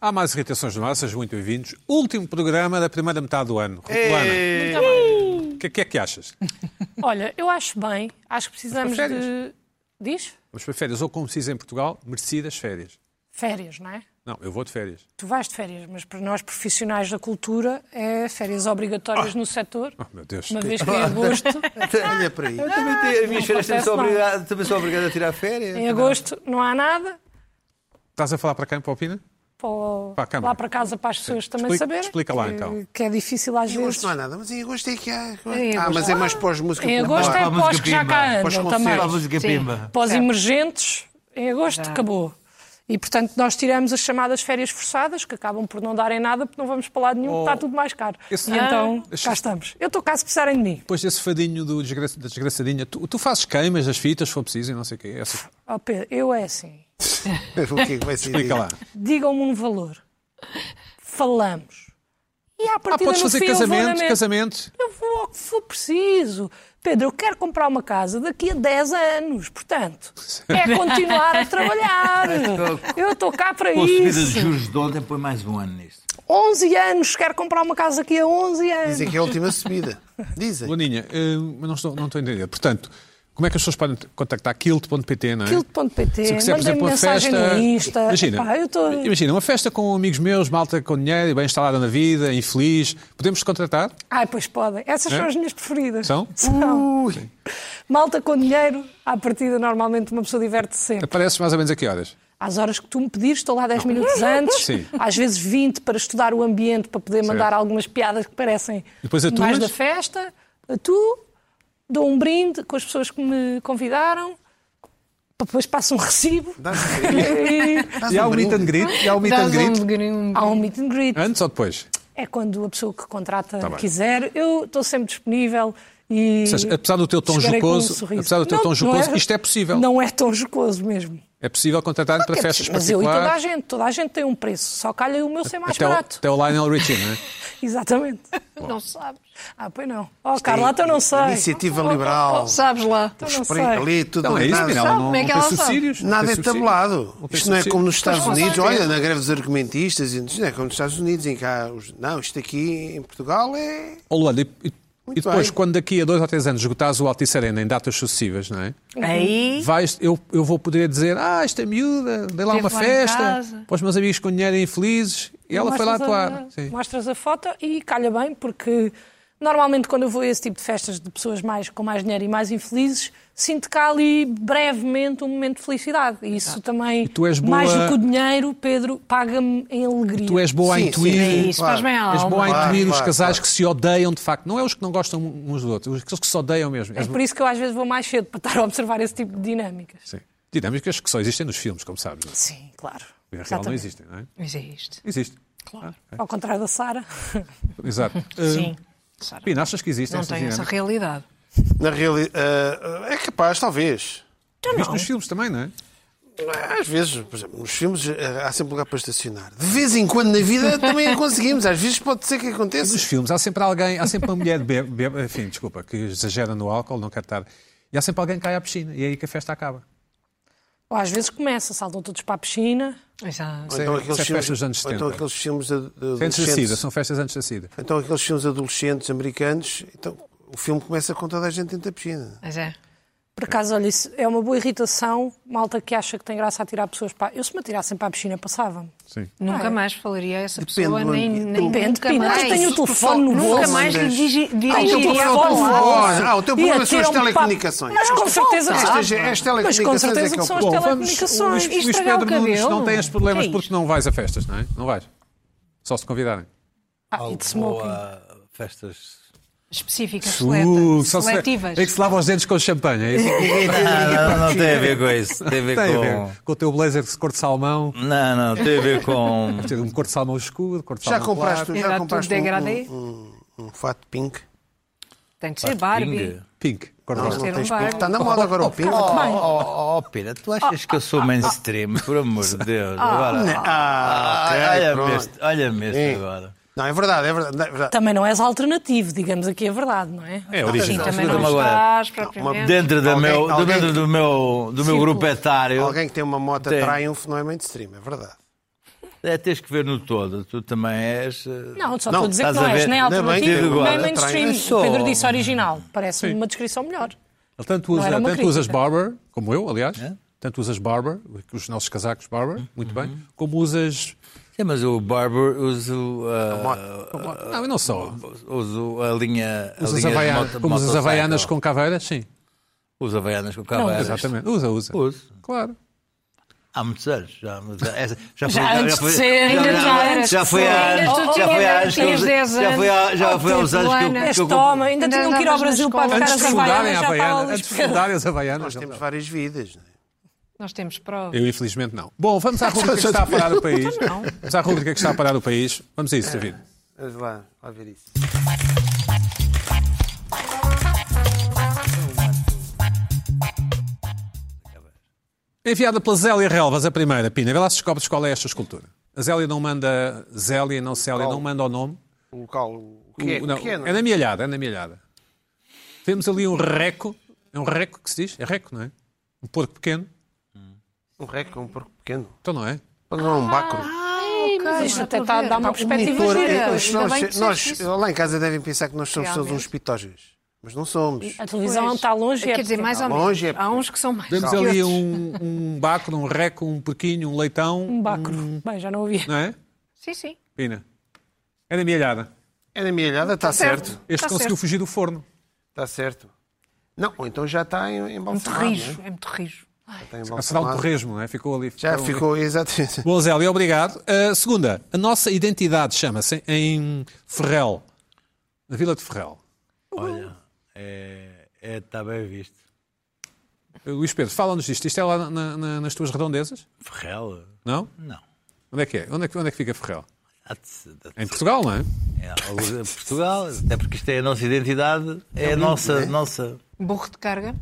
Há mais irritações nossas, muito bem-vindos. Último programa da primeira metade do ano. Rutilana, Ei, o que, que é que achas? Olha, eu acho bem, acho que precisamos Para de. férias. Diz? Vamos para férias, ou como se diz em Portugal, merecidas férias. Férias, não é? Não, eu vou de férias. Tu vais de férias, mas para nós profissionais da cultura é férias obrigatórias no setor. Oh, meu Deus. Uma vez que em agosto, Olha para aí. Eu também tenho, as minhas férias também sou, acontece nada. obrigado, também sou obrigado a tirar férias. em agosto não há nada. Estás a falar para quem, para a Opina? Para o- Para a Câmara. lá para casa para as pessoas também Explica- saberem. explica lá, que- então. Que é difícil às Em agosto vezes. não há nada, mas em agosto é que há. Em Ah, mas agosto. é mais pós-música. Em agosto é popular. Para a música pós que já prima, cá para os andam concertos. também. Para a música pimba. Pós emergentes, em agosto acabou. E, portanto, nós tiramos as chamadas férias forçadas, que acabam por não darem nada, porque não vamos para lado nenhum, Oh. porque está tudo mais caro. Esse- E então, Ah. cá estamos. Eu estou quase a precisarem de mim. Depois desse fadinho do desgraça- da desgraçadinha, tu, tu fazes queimas das fitas, se for preciso, e não sei o quê. É assim. Essa- Ó Pedro, eu é assim. O que é que vai ser? Explica lá. Digam-me um valor. Falamos. E à Ah, partida podes no fazer fim, um eu vou na casamento, mesa. casamento. Eu vou ao que for preciso. Pedro, eu quero comprar uma casa daqui a 10 anos. Portanto, é continuar a trabalhar. Eu estou cá para Com a subida de isso. juros de ontem, põe mais um ano nisto. 11 anos, quero comprar uma casa daqui a 11 anos. Dizem que é a última subida. Dizem. Luaninha, eh, mas não estou, não estou a entender. Portanto, como é que as pessoas podem te contactar? Kilt.pt, não é? Se eu Quilt.pt, quiser, por mandem exemplo, uma Eh, mensagem festa. no Insta. Imagina, Epá, eu estou. imagina, uma festa com amigos meus, malta com dinheiro e bem instalada na vida, infeliz. Podemos te contratar? Ai, pois podem. Essas É? são as minhas preferidas. São? Ui. Malta com dinheiro, à partida, normalmente uma pessoa diverte-se sempre. Apareces mais ou menos a que horas? Às horas que tu me pedires, estou lá 10 minutos antes, Sim. às vezes 20 para estudar o ambiente, para poder mandar algumas piadas que parecem Depois atuas? mais da festa. Tu dou um brinde com as pessoas que me convidaram, depois passo um recibo. Dás um E Dás E há um um meet and brinde. greet? E há um meet and Dás um greet? grunho. Há um meet and greet. Antes ou depois? É quando a pessoa que contrata Tá bem. quiser. Eu estou sempre disponível e. Ou seja, apesar do teu tom chegarei com um jocoso, sorriso. apesar do teu Não, tom não jocoso, isto é possível. Não é tão jocoso mesmo. É possível contratar para É festas possível, mas eu e toda a particulares. gente, toda a gente tem um preço. Só calha o meu ser mais Até o, barato. até o Lionel Richie, não é? Exatamente. Não sabes. Ah, pois não. Oh, Carlota, eu não sei. é Oh, Iniciativa liberal. Sabes lá. Eu não sei. Espreita ali, tudo Não é isso, nada. afinal. Não, como é não que tem ela sabe? subsídios. não Nada tem é subsídios. tabulado. tem Isto não é subsídio. como nos Estados Mas Unidos. consegue. Olha, na greve dos argumentistas, isto não é como nos Estados Unidos, em que há os... Não, isto aqui em Portugal é. Ó, Luana, e, e- Muito e depois, bem. quando daqui a dois ou três anos esgotares o Altice Arena em datas sucessivas, não é? Aí. Vais, eu, eu vou poder dizer, ah, esta miúda, dei lá Teve uma lá em festa casa." para os meus amigos com dinheiro infelizes e ela foi lá Mostras a- atuar. Sim. Mostras a foto e calha bem, porque normalmente quando eu vou a esse tipo de festas de pessoas mais, com mais dinheiro e mais infelizes, sinto cá ali brevemente um momento de felicidade. E isso também, Ah, tu és mais boa- do que o dinheiro, Pedro, paga-me em alegria. Tu és boa a Sim, intuir. sim, É sim. isso, faz bem à És boa a alma. Claro, intuir os claro, casais claro. que se odeiam, de facto. Não é os que não gostam uns dos outros, aqueles que se odeiam mesmo. É És por isso que eu às vezes vou mais cedo, para estar a observar esse tipo de dinâmicas. Sim. Dinâmicas que só existem nos filmes, como sabes. não é? Sim, claro. Na vida real não é? Exatamente. existem, não é? Mas é isto. Existe. Ao contrário da Sara. Exato. Hum, Sim. Sara, Pina, achas que existem não estas tem essa dinâmicas? realidade. Na realidade. é capaz, talvez. Viste nos filmes também, não é? é? Às vezes, por exemplo, nos filmes eh, há sempre lugar para estacionar. De vez em quando na vida também a conseguimos. Às vezes pode ser que aconteça. Nos filmes há sempre alguém, há sempre uma mulher bebe, bebe, enfim, desculpa, que exagera no álcool, não quero estar. E há sempre alguém que cai à piscina e é aí que a festa acaba. Ou às vezes começa, saltam todos para a piscina. Exato. Isso Ou então é- isso é aqueles festas dos filmes, anos ou então 70. aqueles filmes ad- de Antes da SIDA, adolescentes. são festas antes da SIDA. Então aqueles filmes adolescentes americanos. Então o filme começa com toda a gente dentro da piscina. Mas é. Por acaso, olha, isso é uma boa irritação, malta que acha que tem graça a tirar pessoas para. Eu se me atirassem para a piscina, passava-me. Sim. Nunca Ah, é. mais falaria a essa Depende pessoa, do nem, ambiente. nem Depende, nunca Pina, mais. tu tens o telefone no Nunca bolso. mais lhe digi- Ah, o teu problema dirigiria é o Telefone telefone. lá. Ah, o teu E problema são as atiram-me para- telecomunicações. Mas com certeza que Estas, sabe. as Mas com telecomunicações é certeza que é que o são as problema. telecomunicações. Luís, Luís estragar o Pedro Nunes cabelo. não tem estes problemas Que é porque não vais a festas, não é? Não vais. Só se te convidarem. Ah, e de Ou smoking. a festas. Específicas, Uh, seletas, só se- seletivas. É que se lava os dentes com champanhe, é isso? Não, não tem a ver com isso. Tem a ver Tem a com. ver com o teu blazer de cor de salmão, Não, não, tem a ver com. ter um cor de salmão escuro, cor de Já salmão compraste, claro. Era já tudo compraste degradê. um, um, um, um fato pink? Tem É de ser Barbie. Pinga. Pink, cor de Não, não rosa. ter um tens bar. pink. Está na moda agora o pink. Oh, oh, oh, Pina, tu achas que eu Ah, sou mainstream? Por amor de Deus. Agora. Ah, ok, Olha-me pronto. este, olha-me este Sim. agora. Não, é verdade, é verdade. é Tá. verdade. Também não és alternativo, digamos aqui a verdade, não é? É Sim, original. também não Escuta-me agora. estás propriamente. Dentro, da Alguém- meu, do- alguém- dentro do meu, do meu grupo etário. Alguém que tem uma moto Tem. Triumph não é mainstream, é verdade. É, tens que ver no todo. Tu também és. eh, Não, só Não, estou a dizer que estás não a és ver. nem Ainda bem, alternativo, digo agora, nem mainstream. atrás. Só- O Pedro disse original. Parece-me uma descrição melhor. Ele tanto era usa, uma tanto usas crítica. barber, como eu, aliás, tanto usas barber, os nossos casacos barber, muito bem, como usas. Sim, mas o Barber uso, É ah, Não, eu não só. uso ah, a linha. a Usas linha de havaiana- moto- como usas motocycle. havaianas com caveiras, sim. Os havaianas com caveiras. Exatamente. Usa, usa. Uso. Claro. Há muitos anos. Já, mas essa- já, foi, Já antes de foi- ser, já- ainda já- antes de já foi ser. há anos. Ainda tu Já foi há tinhas anos. que eu usei- 10 Já foi há já foi há uns anos que eu- Ana. que eu. Este homem, ainda Ainda tinham que ir ao andavas na Brasil para escola. buscar Antes as de fundarem a havaianas, já está Havaiana, ali. antes de fundarem as Havaianas. Nós já temos está. várias vidas, não é? Nós temos prova. Eu, infelizmente, não. Bom, vamos à rubrica que está a parar o país. Vamos à rubrica que está a parar o país. Vamos a isso, David. Vamos lá, lá ver isso. Enviada pela Zélia Relvas, a primeira, Pina. Vê lá se descobres qual é esta escultura. A Zélia não manda Zélia, não Célia, não manda o nome. O local, o que é? O- O, não, que é, não é? é na milhada, é na milhada. Temos ali um reco. É um reco que se diz? É reco, não é? Um porco pequeno. Um recco, um porco pequeno. Então não é? Pode não é Ah, um bacro. Isto até está a dar uma perspectiva monitor Por- Gira, gira. é- nós, ainda bem que disseste nós- isso. lá em casa devem pensar que nós somos todos Realmente. uns pitojas. Mas não somos. A televisão está longe. e é Quer dizer, mais ou Está menos. longe, é- Há uns que são mais. Temos que ali outros. um, um bacro, um reco, um porquinho, um leitão. Um bacro. Bem, já não ouvi. Não é? Sim, sim. Pina. É na milhada. É na minha olhada, está certo. Este Tá conseguiu certo. fugir do forno. Está certo. Não, ou então já está em, né? em Muito rijo. É muito rijo. Será um torresmo, não é? Ficou ali. Tá Já ficou- ficou, exatamente. Boa, Zélia, obrigado. A segunda, a nossa identidade chama-se em Ferrel, na Vila de Ferrel. Olha, é- é- está bem visto. Uh, Luís Pedro, fala-nos disto. Isto é lá na- na- nas tuas redondezas? Ferrel? Não? Não. Onde é que é? Onde é que, onde é que fica Ferrel? Há de se- há de Em Portugal, não é? É, alguns em Portugal, até porque isto é a nossa identidade, é a um nossa. nossa Burro de carga.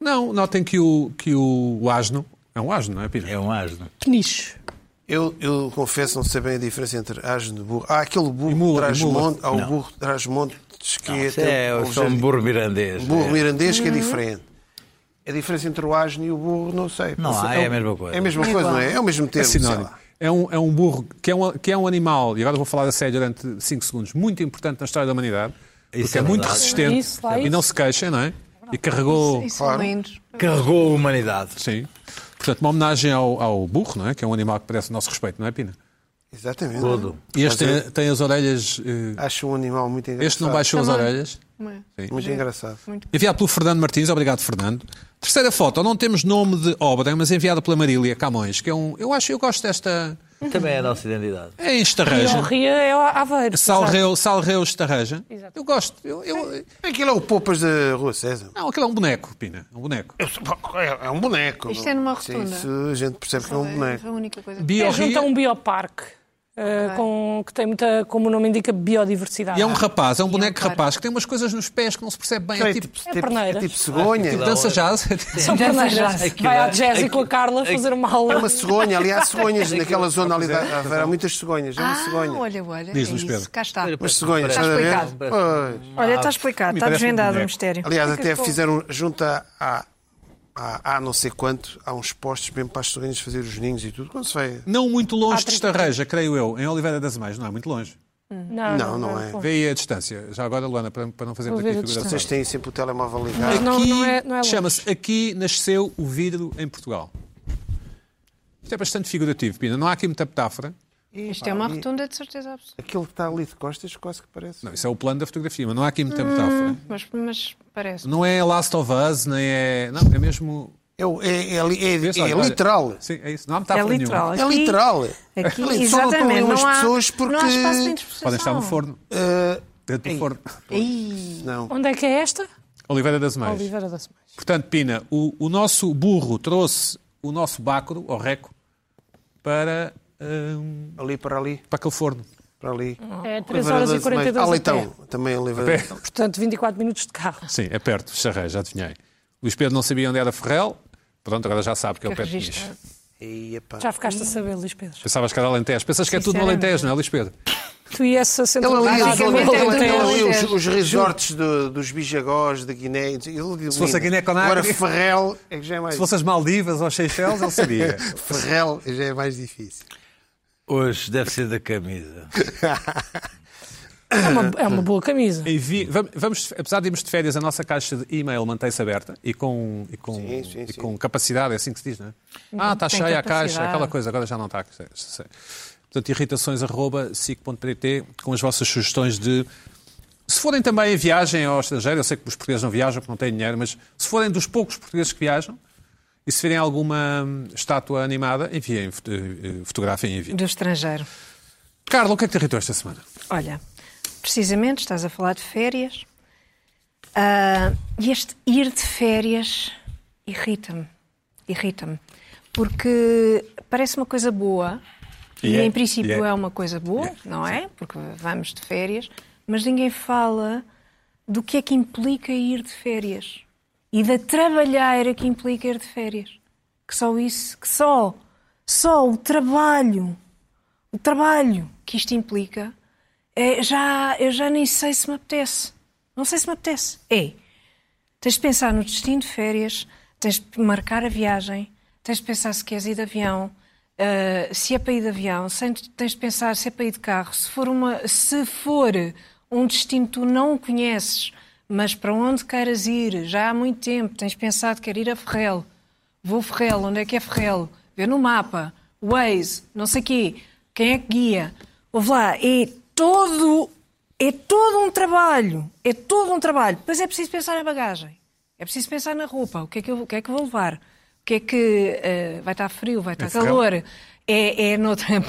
Não, notem que o, que o asno. É um asno, não é, Pina? é um asno. Peniche. Eu, eu confesso não sei bem a diferença entre asno e burro. Há aquele burro E mula, e que traz mula. monte, há o Não. burro que traz montes que é, Isto até é, o- eu o sou um jardim- burro mirandês. burro mirandês Uhum. que é diferente. A diferença entre o asno e o burro, não sei. Não há, o- é a mesma coisa. É a mesma coisa, não é? É o mesmo É termo, sei sinónimo. lá. É um, é um burro que é um, que é um animal, e agora vou falar a sério durante 5 segundos, muito importante na história da humanidade, Isso porque é, é muito verdade. resistente Isso, lá e isso. não se queixa, não é? E carregou. Isso são Claro. lindos. Carregou a humanidade. Sim. Portanto, uma homenagem ao, ao burro, não é? Que é um animal que merece o nosso respeito, não é, Pina? Exatamente. Todo. E este tem, tem as orelhas. eh, Acho um animal muito engraçado. Este não baixou as Também. orelhas. Não é? Muito engraçado. Enviado pelo Fernando Martins, obrigado Fernando. Terceira foto, não temos nome de obra, mas enviada pela Marília Camões, que é um. Eu acho, eu gosto desta. Também é a nossa identidade. É em Rio, Estarreja. Rio é Aveiro. Exato. Salreu, Salreu Estarreja. Exato. Eu gosto. Eu, eu- Aquilo é o Poupas da Rua César. Não, aquilo é um boneco, Pina. É Um boneco. É é um boneco. Isto é numa Sim, rotunda. Isso a gente percebe que é um É boneco. a única coisa. que- É Biorria- junto a um bioparque. eh, com, que tem muita, como o nome indica, biodiversidade. E é um rapaz, é um boneco parque. rapaz que tem umas coisas nos pés que não se percebe bem. É É tipo tipo, é tipo, perneiras. é tipo cegonha. dança jazz. São Jazz é perneiras. jazz. Vai ao Aquilo é- jazz e com a Carla fazer uma aula. É uma cegonha, ali há cegonhas. Naquela zona ali dá- há muitas cegonhas. É uma Ah, cegonha. olha, olha. Diz, é Luís isso. Pedro. Cá está. Umas cegonhas, Está estás a ver? explicado. Pois. Olha, está explicado, está parece um desvendado o boneco. mistério. Aliás, até fizeram junto a. a Há, há não sei quanto, há uns postos mesmo para as cegonhas fazer os ninhos e tudo. Quando se vai. Não muito longe de Estarreja, creio eu, em Oliveira das Mães, não é muito longe. Não, Não, não é. Vê aí a distância. Já agora, Luana, para, para não fazermos Vou ver aqui a figuração. Vocês têm sempre o telemóvel ligado. Mas não- Aqui é- não é longe. Chama-se Aqui Nasceu o Vidro em Portugal. Isto é bastante figurativo, Pina. Não há aqui muita metáfora. Isto é uma rotunda de certeza absoluta. Aquele que está ali de costas quase que parece. Não, isso é o plano da fotografia, mas não há aqui muita Hum. metáfora. Mas, mas parece. Não é Last of Us, nem é. Não, é mesmo. É, o- é, é, li- é- Vê só, é olha. literal. Sim, é isso. Não há É metáfora literal. nenhuma. É literal. Aqui, Olha, só estão ali exatamente, umas não há, pessoas porque. Não há espaço de interpretação. Podem estar no forno. eh, Dentro do forno. não. Onde é que é esta? Oliveira das Mães. Oliveira das Mães. Portanto, Pina, o, o nosso burro trouxe o nosso bácoro, ou reco, para, hum, Ali para ali, para aquele forno. para ali. É 3 horas e 42 Ah, a leitão. pé. Também ali. Portanto, 24 minutos de carro. Sim, é perto, Charrei, já adivinhei. Luís Pedro não sabia onde era Ferrel. Pronto, agora já sabe que é o pé de registro. Peniche. E, epá. Já ficaste a saber, Luís Pedro. Pensavas que era Alentejo. Pensas que é tudo no Sinceramente. Alentejo, não é, Luís Pedro? Tu e essa Ele centralidade. ali, Basicamente ele- é ele- tudo ele ali os, holandês. os resortes do- dos Bijagós, da Guiné. Se fosse a Guiné-Conakry. Agora Ferrel é que já é mais as Maldivas ou Seychelles, ele sabia. Ferrel já é mais difícil. Hoje deve ser da camisa. É uma, é uma boa camisa. Envi- vamos, vamos- apesar de irmos de férias, a nossa caixa de e-mail mantém-se aberta e com, e, com, Sim, sim, e sim. com capacidade, é assim que se diz, não é? Ah, está Então tem cheia a capacidade. caixa, aquela coisa, agora já não está. sei, sei. Portanto, irritações.sic.pt com as vossas sugestões de. Se forem também em viagem ao estrangeiro, eu sei que os portugueses não viajam porque não têm dinheiro, mas se forem dos poucos portugueses que viajam e se virem alguma hum, estátua animada, enviem, foto- eh, fotografem e enviem. Do estrangeiro. Carla, o que é que te irritou esta semana? Olha, precisamente estás a falar de férias. Ah, E este ir de férias irrita-me. Irrita-me. Porque parece uma coisa boa. E é, e em princípio e é. é uma coisa boa, É, não é? Porque vamos de férias. Mas ninguém fala do que é que implica ir de férias. E da trabalheira que implica ir de férias. Que só isso, que só, só o trabalho o trabalho que isto implica, é, já, eu já nem sei se me apetece. Não sei se me apetece. É, tens de pensar no destino de férias, tens de marcar a viagem, tens de pensar se queres ir de avião, eh, se é para ir de avião, sem- tens de pensar se é para ir de carro. Se for, uma, se for um destino que tu não conheces, mas para onde queiras ir, já há muito tempo tens pensado quer ir a Ferrel, vou a Ferrel, onde é que é Ferrel? Vê no mapa, Waze, não sei quê, quem é que guia? Ouve lá, é todo é todo um trabalho, é todo um trabalho. Pois é preciso pensar na bagagem, é preciso pensar na roupa, o que é que eu, o que é que vou levar, o que é que eh, vai estar frio, vai estar Ferrel? calor. É, é noutra.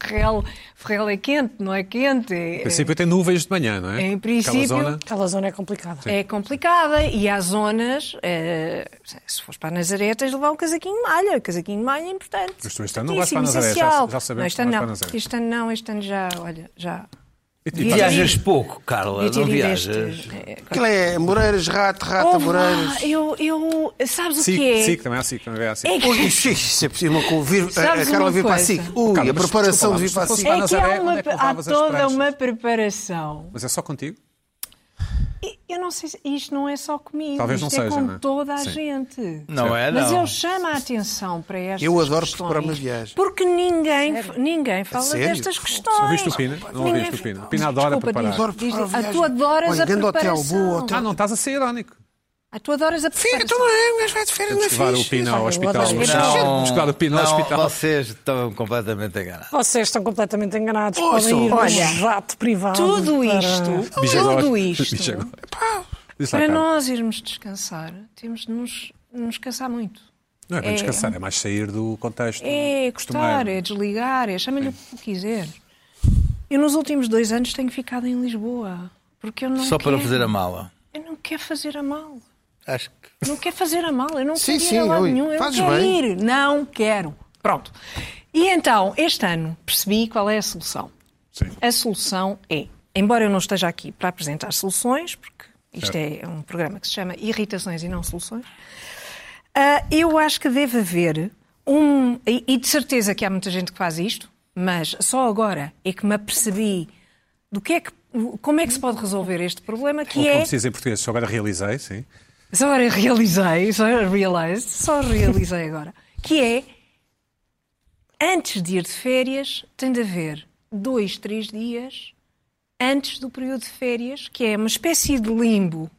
Ferrel, Ferrel é quente, não é quente. é- Em princípio tem nuvens de manhã, não é? Em Aquela princípio- zona- Aquela zona é complicada. é complicada e há zonas, eh, se fores para Nazaré, tens de levar um casaquinho de malha. Casaquinho de malha é importante. Mas tu este ano não vais para Importantíssimo, Nazaré, já- essencial. já sabemos Não, que este não ano vais não. para Nazaré. Este ano não, este ano já, olha, já. E- e Viaja- fazes- Viajas pouco, Carla, não devia ter ido viajas. este, eh, Aquilo é Moreiras, rato, rato, Ouve lá, Moreiras. eu, eu, sabes o SIC, que é? SIC, também há SIC, também há SIC. É Ui, que, Isso isso é possível com o vir, a, a Sabes Carla uma vir para a coisa? SIC. Ui, Carla, a mas desculpa lá, preparação de mas vir para a tu foste- SIC. é que Nazaré, há, uma, onde é que há levavas as toda pranchas? uma preparação. Mas é só contigo? E Eu não sei, se- isto não é só comigo, Talvez isto não é seja, com não é? toda a Sim. gente. Não é, Mas não. eu chamo a atenção para estas Eu adoro questões, preparar uma viagem. Porque ninguém, ninguém fala sério? destas questões. Só ouviste o Pina? Não Ninguém- ouviste o Pina? O Pina adora Desculpa, preparar. diz- Adoro diz- preparar a a viagem. tu adoras Olha, a grande hotel, preparação. boa hotel. Ah, não estás a ser irónico. A tu adoras a preparação. Então não é, um gajo vai de férias, não é Temos que levar o fixe. Pina ao Olha, eu hospital. adoro Temos viajar. que- temos que levar o Pina ao não, hospital. Vocês estão completamente enganados. Vocês estão completamente enganados. Ouçam, Podem ir olha, num jato privado. Tudo para- isto, Diz agora. tudo Diz isto, agora. Diz lá, para Carla. nós irmos descansar, temos de nos, nos cansar muito. Não é bem é- descansar, é mais sair do contexto. É cortar, costumeiro. é desligar, é chama-lhe o que quiser. Eu nos últimos dois anos tenho ficado em Lisboa. Porque eu não Só para quero, fazer a mala. Eu não quero fazer a mal. Acho que. Não quero fazer a mal. Eu não Sim, quero sim, ir a lado ui, nenhum. Eu não fazes quero bem. ir. Não quero. Pronto. E então, este ano, percebi qual é a solução. Sim. A solução é, embora eu não esteja aqui para apresentar soluções, porque isto é um programa que se chama Irritações e não Soluções, ah, eu acho que deve haver um. E e de certeza que há muita gente que faz isto, mas só agora é que me apercebi do que é que. Como é que se pode resolver este problema Ou que como é. se diz em português, só agora realizei, sim. Só agora realizei, só realized, só realizei agora. Que é, antes de ir de férias, tem de haver dois, três dias antes do período de férias, que é uma espécie de limbo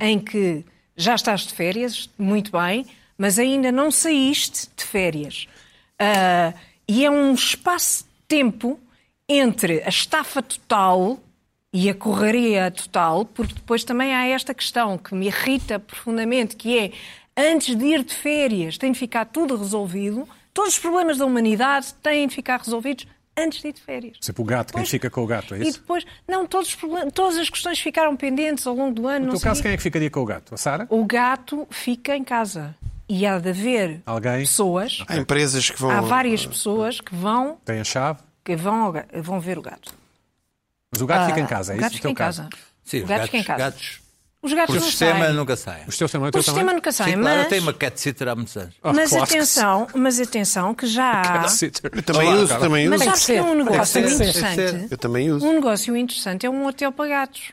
em que já estás de férias, muito bem, mas ainda não saíste de férias. Ah, e é um espaço de tempo entre a estafa total e a correria total, porque depois também há esta questão que me irrita profundamente, que é antes de ir de férias tem de ficar tudo resolvido, todos os problemas da humanidade têm de ficar resolvidos antes de ir de férias. Por exemplo, o gato, quem Pois. fica com o gato, é E isso? depois, não, todos os problemas- todas as questões ficaram pendentes ao longo do ano. No não teu sei caso, o quem quê. é que ficaria com o gato? A Sara? O gato fica em casa. E há de haver Alguém? Oh. pessoas, Há empresas que vão... há várias pessoas que vão, Tem a chave? que vão, ao ga- vão ver o gato. Mas o gato fica em Ah, casa, é o isso? gato No fica teu em caso. casa. Sim, o os gato fica é em casa. Gatos, Os gatos por não sistema saem. nunca saem. Os teus também, o Por teu também? sistema nunca saem, Sim, claro, eu mas, tenho uma cat sitter há muitos anos. Ah, mas claro que sim. atenção, mas atenção que já há. Eu também Olá, uso, Carla. também Mas uso. Tem que sabes que ser. é um Tem que negócio ser. interessante. Eu também uso. Um negócio interessante é um hotel para gatos.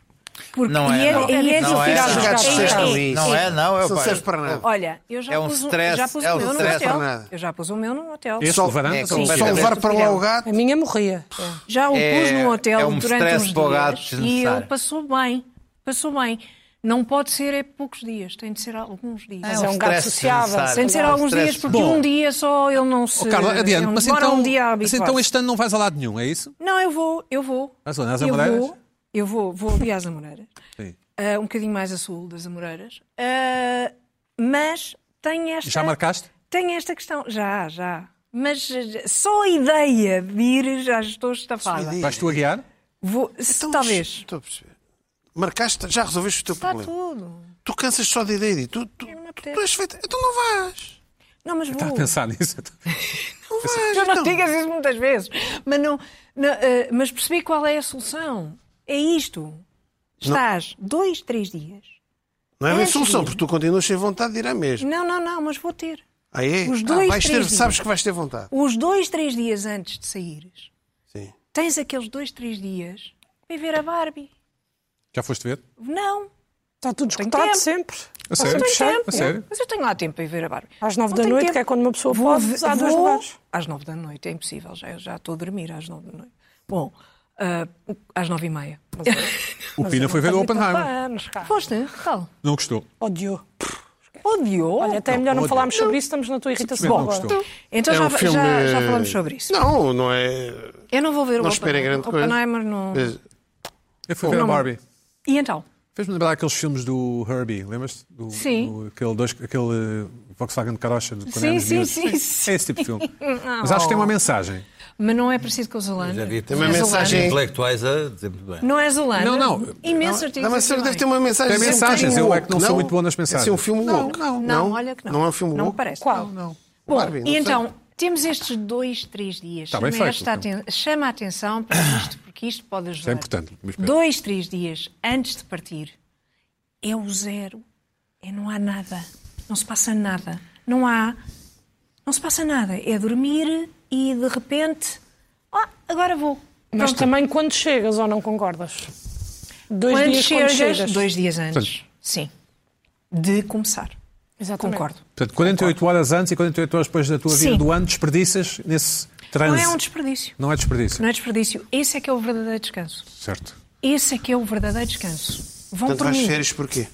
Porque Não é, e é, não. e é Não é, desafiar não. os Os gatos jovens. testam É, é. isso. Não é, não, é Isso não pá. serve para nada. Olha, eu já É um pus, stress, já pus é o um meu stress. no Não é hotel. nada. Eu já pus o meu no hotel. Este Só- varanda, é, só um sim. varanda. Só levar para lá o A gato. minha morria. Já o É- pus num hotel é um durante stress uns para o gato dias e desnecessário. ele passou bem. Passou bem. Não pode ser é poucos dias, tem de ser alguns dias. Mas é um gato stress sociável. desnecessário. Tem de ser Não, alguns É stress. dias, porque Bom. um dia só ele não se. Oh, Carla, adiante. ele Mas demora então, um dia a mas então habituar-se. este ano não vais a lado nenhum, é isso? Não, eu vou, eu vou. Mas onde, às eu Amoreiras? vou, eu vou, vou ali às Amoreiras. Sim. Ah, um bocadinho mais a sul das Amoreiras. Ah, mas tem esta. Já marcaste? Tem esta questão. Já, já. Mas eh, só a ideia de ir já estou estafada. ideia. Vais tu a guiar? Vou, se- Então, talvez. Estou a perceber. Marcaste, já resolveste o teu Está problema. tudo. Tu cansas só de ideia de tu, tu, me tu, apetece. tu és feita. Então não vais. Não, mas Está Tá a vou. pensar nisso. então. Não vais. Já não então. digas isso muitas vezes. Mas, não, não, eh, mas percebi qual é a solução. É isto. Estás dois, três dias. Não é bem Antes solução, de ir. porque tu continuas sem vontade de ir à mesma. Não, não, não, mas vou ter. Aí é. Os dois, vais ter, três dias. sabes que vais ter vontade. Os dois, três dias antes de saíres, Sim. tens aqueles dois, três dias para ir ver a Barbie. Já foste ver? Não. Está tudo Tenho escutado tempo. sempre. A Não sério? tenho A tempo. sério? Mas eu tenho lá tempo para ir ver a Barbie. Às nove Não da tenho noite, tempo. que é quando uma pessoa Vou pode ver- usar dois vou- lugares. Às nove da noite, é impossível, já, já estou a dormir às nove da noite. Bom, ah, às nove e meia. O Pina foi ver o Oppenheimer. Foste? Tal. Não gostou. Odiou. Odiou. Olha, até é melhor não, odiou. falarmos sobre isso, estamos na tua irritação Simplesmente não agora. gostou. Então já, um filme- já, já falamos sobre isso. Não, não é. Eu não vou ver Não o esperem Oppenheimer. grande coisa. Oppenheimer não... Eu fui ver a não. Barbie. E então? Fez-me lembrar aqueles filmes do Herbie, lembras-te? Do- Sim. do- aquele, dois, aquele eh, Volkswagen de Carocha de quando Sim, éramos sim, miúdos. sim, sim. Ah, É esse tipo de filme. Mas acho que tem uma mensagem. Mas não é parecido com o Zoolander. Já vi Não tem uma é mensagem. Zoolander. Intelectuais a dizer muito bem. Não é Zoolander. Não, não. Imensos Não, artigos. mas aqui deve ter bem. uma mensagem. Tem Esse é um mensagens, filme eu é que não sou woke, muito bom nas mensagens. Esse é um filme Não, woke. não, Não, olha que não. Não é um filme Não me woke? parece. Qual? Não. Bom, Barbie, não e sei. então, temos estes dois, três dias. Está bem Chama feito, então. esta aten- Chama a atenção para isto, porque isto pode ajudar. é importante, Luís Pedro. Dois, três dias antes de partir, é o zero. É não há nada. Não se passa nada. Não há... Não se passa nada. É dormir e, de repente... Ah, agora vou. Mas Pronto. também quando chegas ou não concordas? Dois Quando dias chegas, quando chegas. dois dias antes. Sim. De começar. Exatamente. Concordo. Portanto, 48 horas antes e 48 horas depois da tua vida Sim. do ano, desperdiças nesse Não transe. é um desperdício. Não é desperdício. Não é desperdício. Esse é que é o verdadeiro descanso. Certo. Esse é que é o verdadeiro descanso. Vão Portanto, por vais mim. de férias porquê?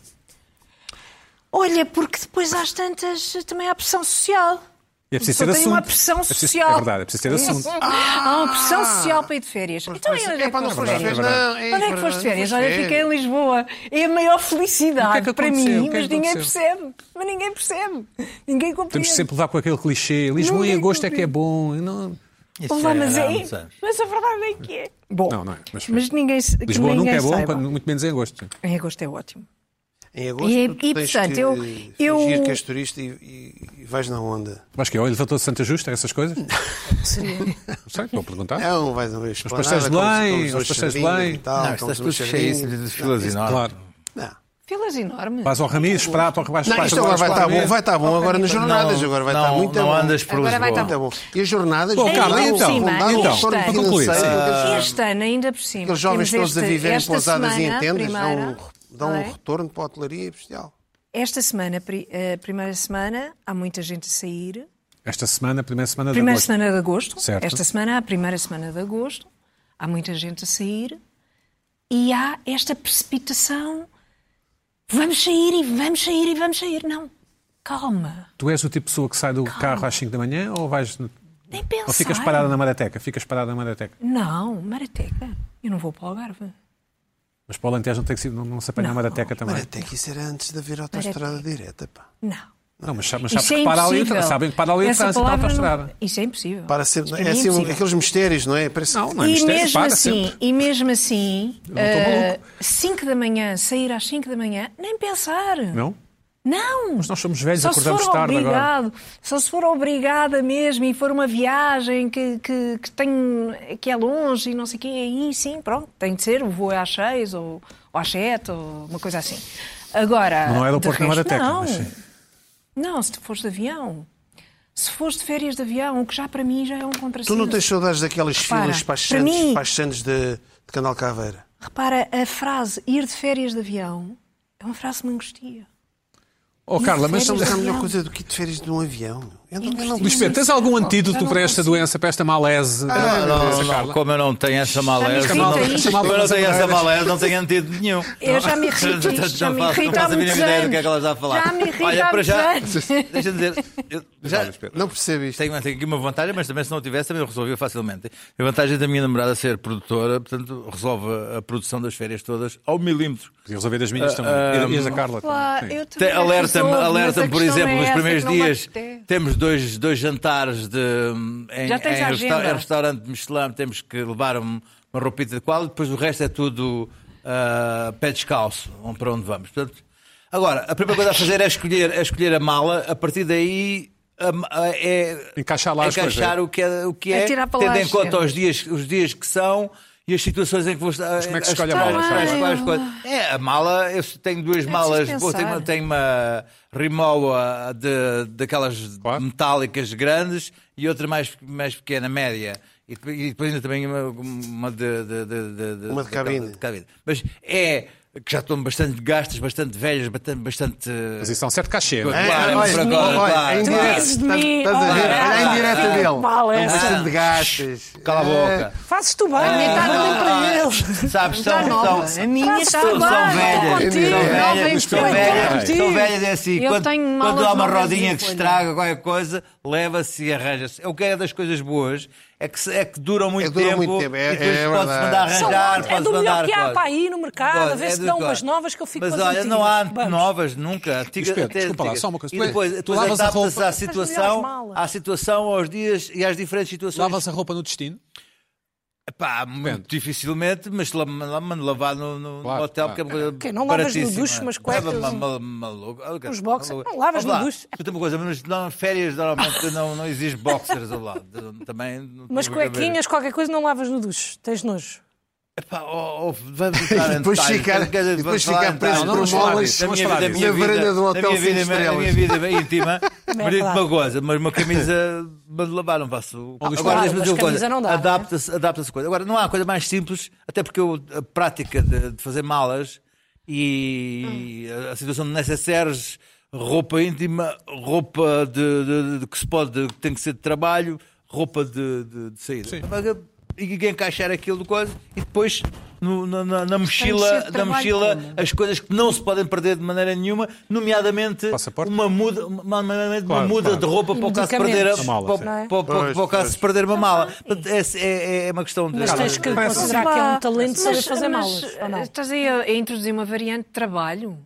Olha, porque depois às tantas também há pressão social. E é preciso Só ter tem assunto. uma pressão É preciso- social. É verdade, é preciso ter assunto. Há uma Ah! pressão social para ir de férias. Então, e onde é É que para não foste foste de de férias. verdade. Não, férias? Onde é que foste de férias? foste de Olha, fiquei em Lisboa. É a maior felicidade O que é que para aconteceu? mim, O que é mas que ninguém aconteceu? percebe. Mas ninguém percebe. Ninguém Temos compreende. que sempre levar com aquele clichê. Lisboa Não em é agosto é que que é bom. E Não, Isso Olá, já mas era há é. muitos anos. Mas a verdade é que é. Bom, não, não é. Mas, mas ninguém se- que Lisboa ninguém nunca é bom, saiba. quando- muito menos em agosto. Em agosto é ótimo. Em agosto, E- tu e, tens portanto, que, eu- eh, eu- fingir que és turista e, e- e vais na onda. Mas que é o elevador de Santa Justa, essas coisas? Não sei, vou perguntar. Não, vais a ver. Os pastéis de Belém, os pastéis de Belém. Ah, então Não, estás tudo cheio de filas enormes. Claro. Não, Filas enormes. Vais ao Ramires, para para baixo. não, isto agora vai estar bom, vai estar bom agora nas jornadas, agora vai estar não, muito não bom. andas por Agora Lisboa. vai estar Muito bom. E as jornadas... Bom, É vão Carla, dar um- então, vão dar um então, retorno para concluir, financeiro. Este ano, ainda por cima. Aqueles jovens temos todos a este- viverem em esta pousadas e em semana, tendas dão primeira, um- dão não um é? retorno para a hotelaria bestial. Esta semana, pri- eh, primeira semana, há muita gente a sair. Esta semana, primeira semana de Primeira agosto. semana de agosto. Certo. Esta semana, a primeira semana de agosto, há muita gente a sair. E há esta precipitação. Vamos sair e vamos sair e vamos sair. Não. Calma. Tu és o tipo de pessoa que sai do carro às 5 da manhã ou vais. no- Nem pensar. Ou ficas parada na Marateca? Ficas parada na Marateca. Não, Marateca. Eu não vou para o Algarve. Mas para o Alentejo não, tem que, ser- não, é? não se apanha a Não. Marateca também. Mas até que isso era antes de haver autoestrada direta, pá. Não. Não, mas, sa- mas sabes Isso é que para ali, o tra- impossível. sabem que para ali assim, tá o Essa trânsito da palavra não- autostrada. Isso é impossível. Para ser, Isso para é mim assim, impossível. aqueles mistérios, não é? Parece, Não, não é e mistério, mesmo para assim, sempre. e mesmo assim, não estou ah, maluco. 5 da manhã, sair às 5 da manhã, nem pensar. Não? Não. Mas nós somos velhos, Só se acordamos for tarde agora. obrigado, só se for obrigada mesmo e for uma viagem que, que, que, tem, que é longe e não sei o quê, aí sim, pronto, tem de ser, o voo é às 6 ou, ou às 7 ou uma coisa assim. Agora. Não é aeroporto, Ah, de não era resto, técnico, Não, mas sim. Não, se tu fores de avião. Se fores de férias de avião, o que já para mim já é um Tu contrassenso. não tens saudades daquelas Repara, filas para as para Santos, mim- para as Santos de, de Canal Caveira? Repara, a frase ir de férias de avião é uma frase que me angustia. Oh, Carla, mas... férias Mas é a de melhor avião. coisa do que de férias de um avião. Eu não, eu não- Luís Pedro, tens algum antídoto não para esta doença, para esta malese? Não, não, não, como eu não tenho essa malévola, Chama-me não, irrita como eu não isto. tenho essa malévola, não tenho antídoto nenhum. Eu já me irrito, Portanto, isto já não me faço- irrita Não há faço a mínima muitos ideia do que é anos. que ela está a falar. Já me irrita Olha, há para já, muitos anos. deixa-me dizer, eu já não percebo isto. tenho, tenho aqui uma vantagem, mas também se não tivesse, também eu resolvia facilmente. A vantagem da minha namorada ser produtora, portanto, resolve a- a produção das férias todas ao milímetro. Podia resolver das minhas também. e as da Carla Lá, também. sim. eu também Te- Alerta-me, resolvo, mas alerta a por questão exemplo, é nos essa, primeiros que não me dias apetece. temos dois, dois jantares de, hum, em, Já tens em a resta- agenda. em restaurante Michelin, temos que levar um- uma roupita de qual, depois o resto é tudo ah, pé descalço, um para onde vamos. Portanto, agora, a primeira coisa a fazer é escolher, é escolher a mala, a partir daí a ma- a- é Encaixar Tá lá as encaixar coisas. o que é, o que É é, tirar para lá tendo a em conta gente. os dias, os dias que são. E as situações em que vou estar. como é que se as- escolhe a mala, as- Carla? as- as- as coisas. É, a mala, eu tenho duas malas. Vou, tenho, uma- pensar. tenho uma rimoa de, daquelas Claro. metálicas grandes e outra mais, mais pequena, média. E depois, e depois ainda também uma, uma de, de- de- de- de- Uma de daquela- cabine. Mas é que já estão bastante gastas, bastante velhas, bastante. bastante Mas isso é um certo cachê. não é? É, Claro, olha, por agora, claro. olha, é Tu indireta. dizes de mim, Estás a ver? olha. Olha a indireta Ah, dele. mal essa. Não precisa de gastas. Cala a boca. Fazes tu bem. Está tudo Ah. para ele. Sabes, são, nova. são- A minha são- está é são nova. velhas. São Contigo, não velhas, vem são experimentar velhas, contigo. são velhas, é assim. Eu Quando, tenho malas quando há uma novas rodinha em que folha. estraga qualquer coisa, leva-se e arranja-se. O que é das coisas boas é que, se- é que duram muito É que duram tempo. muito tempo, é- e depois é pode-se verdade. mandar São arranjar, ótimas. é pode-se do melhor mandar que há coisas. para aí no mercado, a Pode, ver é se do dão que há. umas novas que eu fico Mas com as olha, não antigas. há Vamos. novas nunca. Antigas, Pedro, até desculpa lá, antigas. só uma coisa. E Tu é- depois, tu depois lavas a adaptas roupa- à situação, malas. à situação, aos dias e às diferentes situações. Lavas a roupa no destino? Pá, muito dificilmente, mas la- la- mando lavar no, no- Claro, no hotel, claro. porque é uma coisa não lavas no baratíssima. duche umas cuecas, Lava- um- ma- ma- maluco. Olha, uns cara, boxers? maluco. Não lavas Olha no lá, duche? escuta uma coisa, mas nas férias normalmente não, não exige boxers ao lado. Também, não Mas tem a ver. cuequinhas, qualquer coisa, não lavas no duche. Tens nojo. Epá, oh, oh, vamos entrar em Depois detalhes, ficar- quer dizer, vamos depois ficar falar em preso detalhes. um por Não, não molas vamos falar disso, Da vamos minha vida- da minha falar disso. Na vida- varanda do da hotel minha cinco vida- da minha vida íntima, Bem, mas digo é claro. uma coisa, mas uma camisa mas lavar não faço. Luís, Agora claro, deixa-me dizer mas uma coisa, camisa não é? dá, adapta-se adapta coisa. Agora, não há coisa mais simples, até porque eu, a prática de, de fazer malas e Hum. a, a situação de necessaires, roupa íntima, roupa de, de- de- que se pode, que tem que ser de trabalho, roupa de, de- de saída. Mas, E encaixar aquilo de coisa e depois no- na, na- na ser de mochila, na trabalho mochila como? as coisas que não se podem perder de maneira nenhuma, nomeadamente Passaporte? uma muda, uma, uma- uma Claro, muda claro. de roupa para o caso de Medicamentos. perder a, A mala, para- sim. para- para- Pois, para o caso de pois. perder uma mala. Portanto, esse É, é, é uma questão de. Mas tens que parece- considerar que é um talento saber fazer malas. ou não? eh, Estás aí a, a introduzir uma variante de trabalho?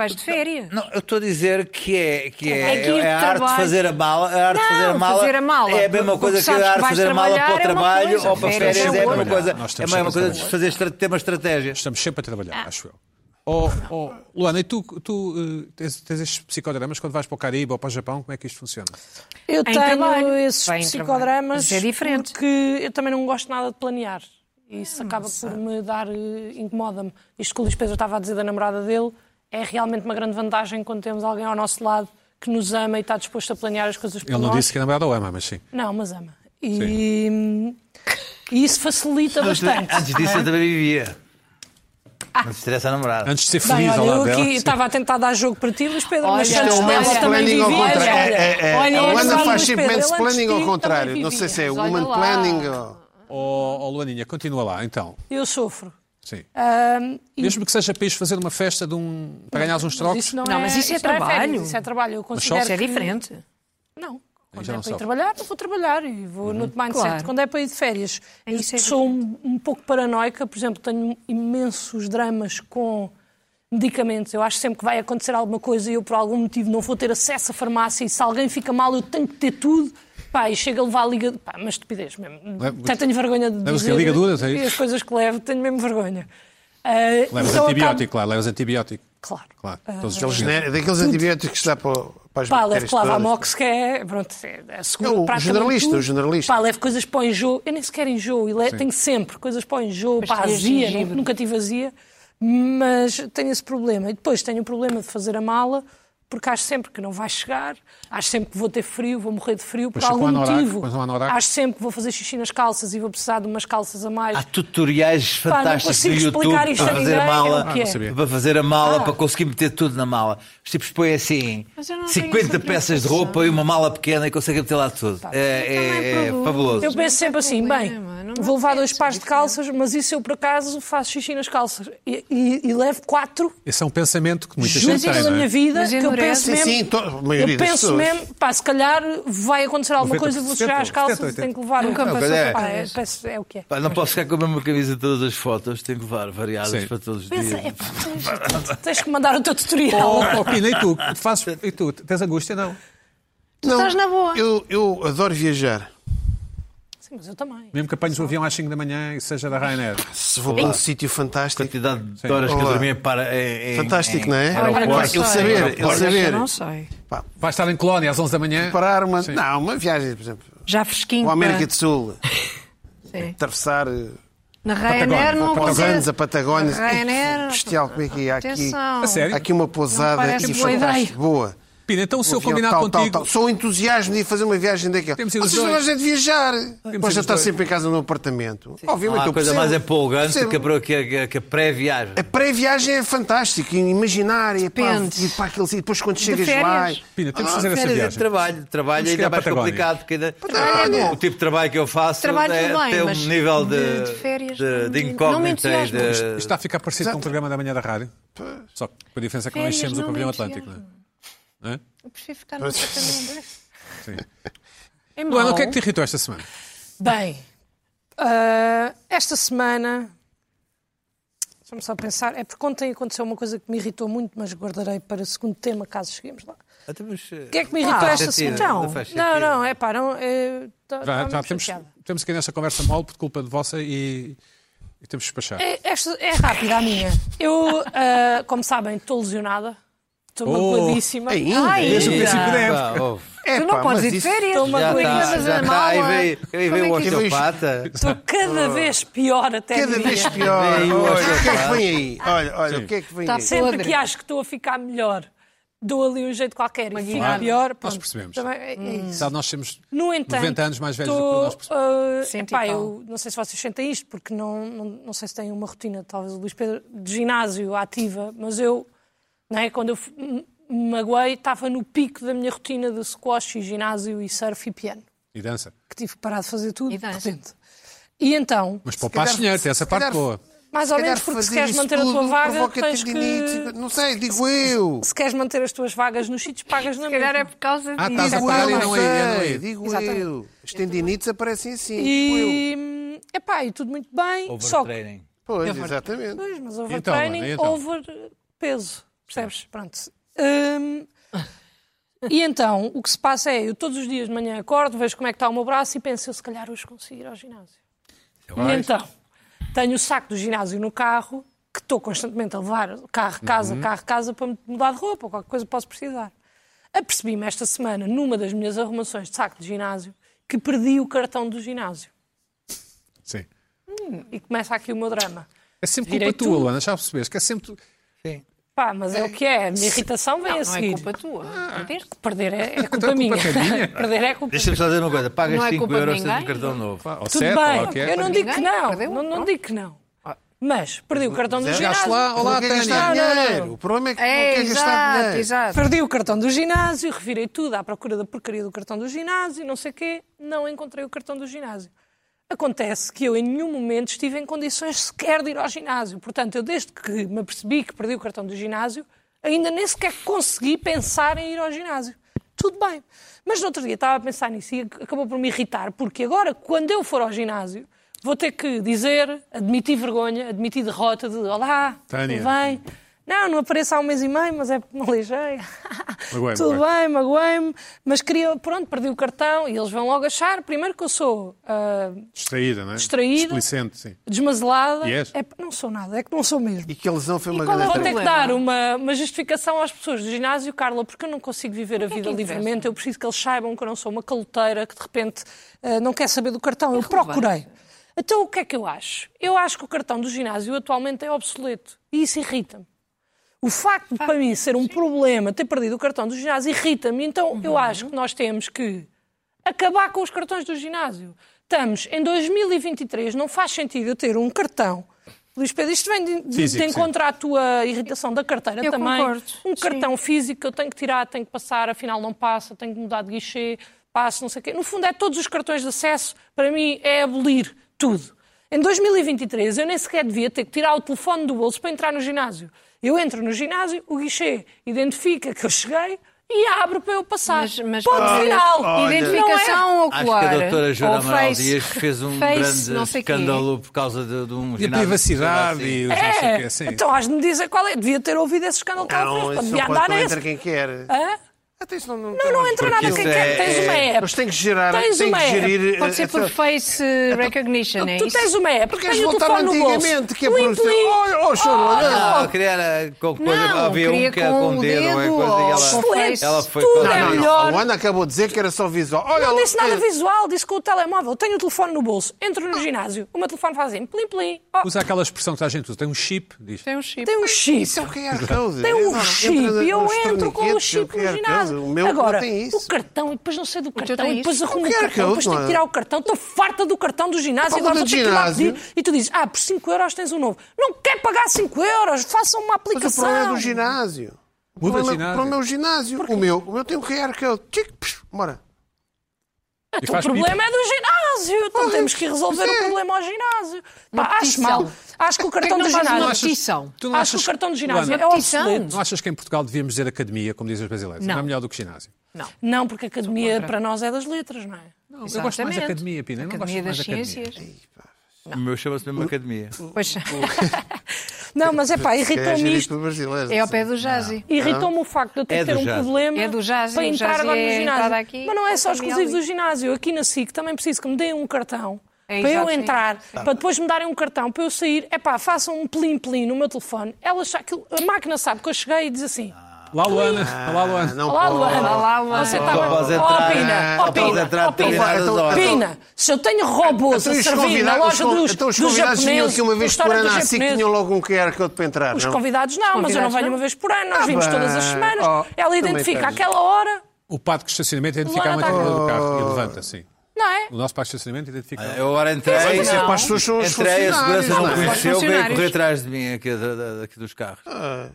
Vais de férias? Não, eu estou a dizer que é, que é, É que ir de é a arte de trabalho. fazer a mala. A arte de fazer a Não, mala, fazer a mala. é a mesma Porque coisa que a sabes que arte de vais fazer a mala para o trabalhar é uma trabalho coisa, ou para férias férias. é É a mesma outra. coisa. Nós É a estamos sempre mesma a coisa de trabalhar. fazer, estra- ter uma estratégia. Estamos sempre a trabalhar, acho eu. Oh, oh, Luana, e tu, tu eh, tens, tens estes psicodramas quando vais para o Caribe ou para o Japão? Como é que isto funciona? Eu tenho trabalho. esses Vai em trabalho. psicodramas Mas é diferente. Ah, porque eu também não gosto nada de planear. E isso acaba por me dar, eh, incomoda-me. Isto que o Luís Pedro estava a dizer da namorada dele é realmente uma grande vantagem quando temos alguém ao nosso lado que nos ama e está disposto a planear as coisas por Ele não nós. disse que a namorada o ama, mas sim. Não, mas ama. E, e isso facilita eh, bastante. Antes disso, eu também vivia. Ah. Não se estressa a namorada. Antes de ser Bem, feliz ao olha, eu lado aqui tá- dela. estava a tentar dar jogo para ti, Luís Pedro, mas Olha, antes então, isto é um dela mansplaining também ao vivia. contrário. Olha, É, é, é, olha, a é Luana verdade, faz Luís sempre Pedro, ele antes mansplaining de ti ao também contrário. Não sei vivia. se é olha woman lá. planning ou... Oh, oh, Luaninha, continua lá, então. Eu sofro. Sim. Ah. Ahm, e Mesmo que seja para ires fazer uma festa de um... para ganhares uns trocos, isso não, Não, é, mas isso é não trabalho. férias, isso é trabalho. Eu considero Isso é que- diferente. Não. Quando já é não Uhum. para ir sabe. trabalhar, eu vou trabalhar e vou no mindset. Claro. Quando é para ir de férias, eu isso é sou um, um pouco paranoica. Por exemplo, tenho imensos dramas com medicamentos. Eu acho sempre que vai acontecer alguma coisa e eu, por algum motivo, não vou ter acesso à farmácia. E se alguém fica mal, eu tenho que ter tudo. Pá, e chega a levar a liga... Pá, uma estupidez mesmo. é? Até tenho vergonha de Levas dizer que a ligadura, sei. e as coisas que levo. Tenho mesmo vergonha. Ah, levas então acabo- antibiótico, claro, levas antibiótico. Claro. Claro, todos Aqueles, os gené- daqueles antibióticos que se dá para, o- para as é Pá, levo bactérias que lava a todas. mox, que é, pronto, é, é seguro É o praticamente generalista, tudo. o generalista. Pá, levo coisas para o enjoo. Eu nem sequer enjoo. E le- tenho sempre coisas para o enjoo, para a tinhas azia. gengibre. Nunca tive azia. Mas tenho esse problema. E depois tenho o problema de fazer a mala porque acho sempre que não vai chegar, acho sempre que vou ter frio, vou morrer de frio, por Põe-se com algum anorak, motivo. põe-se um anorak. Acho sempre que vou fazer xixi nas calças e vou precisar de umas calças a mais. Ah, Há tutoriais não fantásticos no consigo YouTube explicar para isto a fazer a ninguém, mala, é o Ah. que é. Ah, não sabia. para fazer a mala, para conseguir meter tudo na mala. Os tipos põem assim Mas eu não tenho 50 essa peças de preocupação. roupa e uma mala pequena e conseguem meter lá tudo. Tá. É, eu também é- é produzo. fabuloso. Então Eu Não tem penso sempre assim, bem, problema, não me vou levar dois apetece, pares de isso calças, mas isso eu por acaso faço xixi nas calças. E, e- e levo quatro, Esse é um pensamento que muita juro gente pela tem, não minha é? vida, Mas que eu endurece. penso Sim, sim, mesmo, to- a maioria eu das penso pessoas. mesmo, pá, se calhar vai acontecer alguma 90%, coisa, vou chegar às calças e 70%, tenho que levar. Nunca um- passou é. por Pá, é, isso. penso- é o que é. Pá, não posso ficar com a mesma camisa em todas as fotos, tenho que levar variadas Sim. para todos os Pensa, dias. é, pá, tens- tens que mandar o teu tutorial. Oh, oh, Pina, e tu? Tu Fazes, e tu? Tens angústia? Não. Não, estás na boa. Eu, eu adoro viajar. Sim, mas eu também. Mesmo que apanhes o avião às 5 da manhã e seja da Ryanair. Se vou para um sítio fantástico. quantidade de horas que eu Olá. dormia para. em- em- Fantástico, em não é? aeroportos. Ele saber, ele Aeroportos. Eu saber. não sei. Vais estar em Colónia às 11 da manhã. Parar uma. Não, uma viagem, por exemplo. Já fresquinho. Ou à América pá. do Sul. Sim. Atravessar eh, Na Ryanair não para os acontece. Andes, a Patagónia. Na Ryanair. Bestial, como é que é? Há Aqui, Atenção. A sério? há aqui uma Não pousada parece aqui boa fantástica, boa. Pina, então se Um eu avião, combinar tal, tal, contigo. tal. Só o entusiasmo de ir fazer uma viagem daquela. Temos ido os Vocês não dois. gostam de viajar. Nós ido já os está dois. sempre em casa no apartamento. Não Obviamente, há eu coisa percebo. mais empolgante Percebo. que a, pro- que a- que a- que a pré-viagem. A pré-viagem é fantástica, imaginária, pá, Depende. e para aquele sítio, depois quando chegas férias. lá. e- Pina, temos de Ah, fazer essa férias é viagem. trabalho, trabalho Vamos ainda chegar é à mais Patagónia. complicado. Porque ainda, Patagónia. Ah, o tipo de trabalho que eu faço Trabalho é, tudo bem, tem um mas nível de- de, de férias, de, de não me- não me incógnita. e entusiasma. de- Isto está a ficar parecido com o programa da manhã da rádio. Só que a diferença é que não Férias enchemos o não pavilhão me Atlântico, não é? Hã? Eu prefiro ficar no apartamento. Sim. É Luana, mau. o que é que te irritou esta semana? Bem, ah, esta semana. Deixa-me só pensar. É porque ontem aconteceu uma coisa que me irritou muito, mas guardarei para o segundo tema, caso cheguemos lá. Até, mas, eh, O que é que me não irritou faz esta sentido, semana? não faz Não, sentido. não, é pá, não. É, tá- Já, tá já muito temos, chateada. temos que ir nesta conversa mole por culpa de vossa e, e temos de despachar. É, esta é rápida a minha. Eu, ah, como sabem, estou lesionada. Estou Oh, magoadíssima. é Ah, ainda? Ai, Desde o ainda. princípio da época. Pá, tá, ouve, É, Tu não pá, podes mas ir de isso- férias. Estou uma Já coisa, Mas está, andas já tá. na está. Aí mala. veio, aí veio o Como é que isso- osteopata. Estou cada Oh. vez pior até é Cada diria. vez pior. Vem, olha, tá. Olha, o que é que claro. vem aí? Olha, olha, o que é que vem Tá aí? certo. Sempre Podre. que acho que estou a ficar melhor, dou ali um jeito qualquer e fico guinada. pior. Nós pronto. percebemos. Também é- é Hum. isso. Sabe, nós temos No entanto, 90 anos mais velhos do que nós. estou, ah, Cento e epá, tal. eu não sei se vocês sentem isto, porque não, não, não sei se têm uma rotina, talvez o Luís Pedro, de ginásio ativa, mas eu, não é, quando eu f- me me magoei, estava no pico da minha rotina de squash e ginásio e surf e piano, E dança. que tive que parar de fazer tudo, E de dança. repente. E então, Mas poupaste dinheiro, tem essa se parte calhar- boa. mais Se ou calhar menos, porque se fazer queres isso manter a tudo tua vaga, provoca tens que... tendinite, Não sei, digo eu. Se queres manter as tuas vagas nos sítios, pagas na Se calhar é mesma. por causa Ah, estás disso. a Digo pagar eu, e não é, sei, não é. Digo Exatamente. eu. As tendinites aparecem assim. é tipo Digo eu. E, hum, epá, e tudo muito bem, só que Overtraining. Pois, exatamente. Pois, mas Então, overtraining, Ana, e então? overpeso. Percebes? Pronto. Hum, e então, o que se passa é, eu todos os dias de manhã acordo, vejo como é que está o meu braço e penso, eu se calhar hoje consigo ir ao ginásio. E então, tenho o saco do ginásio no carro, que estou constantemente a levar carro, casa, Uhum. carro, casa, para me mudar de roupa, qualquer coisa posso precisar. Apercebi-me esta semana, numa das minhas arrumações de saco de ginásio, que perdi o cartão do ginásio. Sim. E começa aqui o meu drama. É sempre Direi culpa tua, tudo. Luana, já percebeste? Que é sempre. tu- Pá, mas é o que é. A minha irritação vem a Não é seguir. culpa tua. Perdeste. Perder é, é culpa, Então culpa minha. até minha. Perder é culpa Deixa-me só dizer uma coisa: pagas Não é 5 culpa de euros tens um ninguém. cartão novo. Pá, ou Tudo certo, ou lá o que bem, é. eu não digo que Ninguém não. perdeu, um, Não, não pronto. digo que não. Mas perdi o cartão do Chegaste ginásio. lá, olá, Não quer gastar Tânia. dinheiro. O problema é que não É, quer gastar exato, dinheiro. exato. Perdi o cartão do ginásio, revirei tudo à procura da porcaria do cartão do ginásio, não sei o quê, não encontrei o cartão do ginásio. Acontece que eu em nenhum momento estive em condições sequer de ir ao ginásio. Portanto, eu desde que me apercebi que perdi o cartão do ginásio, ainda nem sequer consegui pensar em ir ao ginásio. Tudo bem. Mas no outro dia estava a pensar nisso e acabou por me irritar, porque agora, quando eu for ao ginásio, vou ter que dizer, admitir vergonha, admitir derrota de olá, Tânia. tudo bem. Não, não apareço há um mês e meio, mas é porque me aleijei. Magoei-me, Tudo bem, magoei-me. Mas queria, pronto, perdi o cartão e eles vão logo achar. Primeiro que eu sou ah, Distraída, não é? Distraída. Desplicente, sim. desmazelada. Yes. É, não sou nada, é que não sou mesmo. E que a lesão foi uma qual é grande o Vou ter que problema. dar uma, uma justificação às pessoas do ginásio, Carla, porque eu não consigo viver a que é que vida interessa? livremente. Eu preciso que eles saibam que eu não sou uma caloteira que de repente ah, não quer saber do cartão. Eu procurei. Então o que é que eu acho? Eu acho que o cartão do ginásio atualmente é obsoleto e isso irrita-me. O facto de, para mim, ser um problema ter perdido o cartão do ginásio irrita-me. Então, eu acho que nós temos que acabar com os cartões do ginásio. Estamos em 2023, não faz sentido eu ter um cartão. Luís Pedro, isto vem de, de- Físico, de sim. encontrar a tua irritação da carteira Eu também. concordo, Um sim. cartão físico que eu tenho que tirar, tenho que passar, afinal não passa, tenho que mudar de guichê, passo, não sei o quê. No fundo, é todos os cartões de acesso, para mim, é abolir tudo. Em 2023, eu nem sequer devia ter que tirar o telefone do bolso para entrar no ginásio. Eu entro no ginásio, o guichê identifica que eu cheguei e abre para eu passar. Mas, mas Ponto final. identificação Acho ocular. que a doutora Joana ou Amaral face- Dias fez um face, não grande sei quê. escândalo por causa de, de um E a ginásio privacidade assim. e os não sei o É, quê, sim. então has de me dizer qual é. Devia ter ouvido esse escândalo que ela fez, Não, portanto, isso é um devia não pode andar não entra nesse. quem quer. Hã? Até isso não, Não, não entra nada isso quem é- quer. Tens uma é- app. Eles têm que gerar, Tens têm uma que app. gerir. Pode ser por face recognition, é Tu isso? tens uma app. Porque tens eles o voltaram telefone no bolso. Um antigamente, que é Plim, por isso. plim. Olha, oh, choro, Não, olha. eu Ah, queria era com coisa. Não, havia um queria que era com com um o dedo, ou é dedo, coisa e ou ela, com Excelente. ela foi Tudo com- é Não, não, melhor. A Ana acabou de dizer que era só visual. Olha, Não ela- disse nada eh, visual, disse com o telemóvel. Tenho o telefone no bolso. Entro no ginásio. O meu telefone faz assim. Plim, plim. Oh, Usa aquela expressão que a gente usa, tem um chip, diz. Tem um chip. tem um chip. Isso é o QR Code. Tem Eu um não- chip entra e eu nos entro com o torniquetes, chip QR no Code. ginásio. O meu Agora, não tem o isso. cartão e depois não sei do cartão tem e depois isso. arrumo o Qualquer cartão. Depois coisa, tenho não que é? tirar o cartão. Estou farta do cartão do ginásio e Fala agora vou do ter que ir lá ginásio. pedir. E tu dizes, ah, por 5 euros tens um novo. Não quer pagar 5 euros, façam uma Mas o aplicação. problema é do ginásio. Muda de o problema, ginásio. para o meu ginásio. O meu, o meu tem um QR Code. Tic, psh, bora. E O faz problema é do ginásio. Então Ah, temos que resolver sim. o problema ao ginásio. Pá, acho petição. mal. Acho que o Por é. que cartão não do faz uma ginásio. petição? Tu não Acho que achas- o cartão do Luana, ginásio é Uma petição? obsoleto. Não achas que em Portugal devíamos dizer academia, como dizem os brasileiros? Não. é melhor do que ginásio. Não. Não, porque a academia para nós é das letras, não é? Não, eu gosto mais de Exatamente. academia, Pina. eu não Academia gosto mais das de Ciências. academia. O meu chama-se mesmo Academia. Pois, Não, mas é pá, É irritou-me gerido isto. por brasileiros. é ao pé do Jazzy. Irritou-me o facto de eu ter, É que ter do um jazz. problema É do jazz, para e o entrar jazz agora é no ginásio. entrada aqui, Mas não é só outra ali. exclusivo do ginásio. Aqui na SIC também preciso que me deem um cartão É, para eu exato, sim. entrar, Tá. para depois me darem um cartão, para eu sair. É pá, façam um plim-plim no meu telefone. Ela, sa- aquilo- a máquina sabe que eu cheguei e diz assim... Lá, Luana. Lá, Luana. Não Olá, pode. Luana. Olá, Luana. Você está Só bem? podes Ó, entrar- Pina, né? só ó, podes Pina, entrar ó, Pina, determinadas ó, horas. Pina, se eu tenho robôs Então, a os servir na convidados- loja os con- dos, então os dos convidados vinham japoneses, aqui uma do vez por restaurante ano dos à SIC japoneses. tinham logo um QR Code para entrar, Os não? Ah, convidados não, mas eu não convidados venho não? uma vez por ano, nós vimos bem. todas as semanas. Oh, Ela também identifica tens. aquela hora, O parque de estacionamento é identificado Luana na tá cadeira do carro e levanta, sim. não é? O nosso parque de estacionamento identifica. Eu agora Mas entrei, isso é para as pessoas são os entrei, a funcionários, segurança não não é? conheceu, veio funcionários. correr atrás de mim aqui, da- da- aqui dos carros.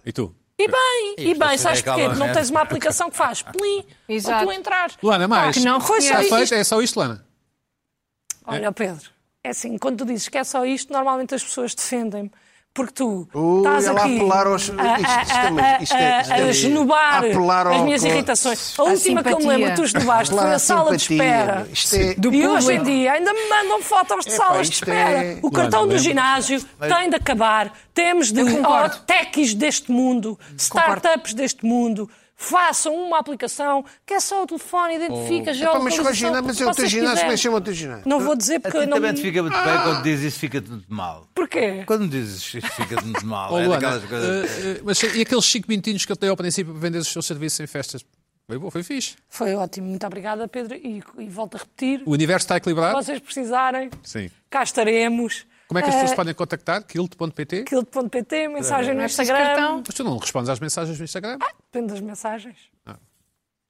E tu? E bem, e bem, sabes aquela porquê? Não né? merda. tens uma aplicação que faz plim para Exato. tu entrares. Luana, mais. que não Foi só Está reconhece. isto. feito? É só isto, Luana? Olha, Pedro, é assim, quando tu dizes que é só isto, normalmente as pessoas defendem-me. Porque tu Ui, estás ela aqui apelar aos- a, a, isto- isto também- isto é- a- isto é- a esnobar apelar as ao- minhas ao- irritações. A à última que eu me simpatia. lembro que tu esnobaste foi Claro, a sala de simpatia. espera. Isto é- Do E hoje em público. dia ainda me mandam fotos de Epá, salas de isto espera. é- O cartão Luana, do lembra- ginásio tem de acabar. Temos de oh, concordo. techies deste mundo, startups deste mundo. Façam uma aplicação que é só o telefone, identifica, Pá, geolocalização. Oh. mas qual ginásio? Mas é o teu vocês ginásio, como é quiserem. que chama o teu ginásio? Não vou dizer A porque ti não. também te fica muito bem, quando dizes isso fica-te muito mal. Porquê? Quando dizes isso fica-te muito mal, Ó, é Oh, Luana, daquelas coisas... eh, eh, mas e aqueles 5 minutinhos que eu dei ao princípio para vender os seus serviços em festas? Foi bom, foi fixe. Foi ótimo, muito obrigada, Pedro. E, e volto a repetir: O universo está se equilibrado? vocês precisarem, Sim. cá estaremos. Como é que as pessoas Eh, te podem contactar? Quilt.pt? Aquilo.pt, mensagem no Não é preciso Instagram. cartão. Mas tu não respondes às mensagens no Instagram? Depende das mensagens. Ah.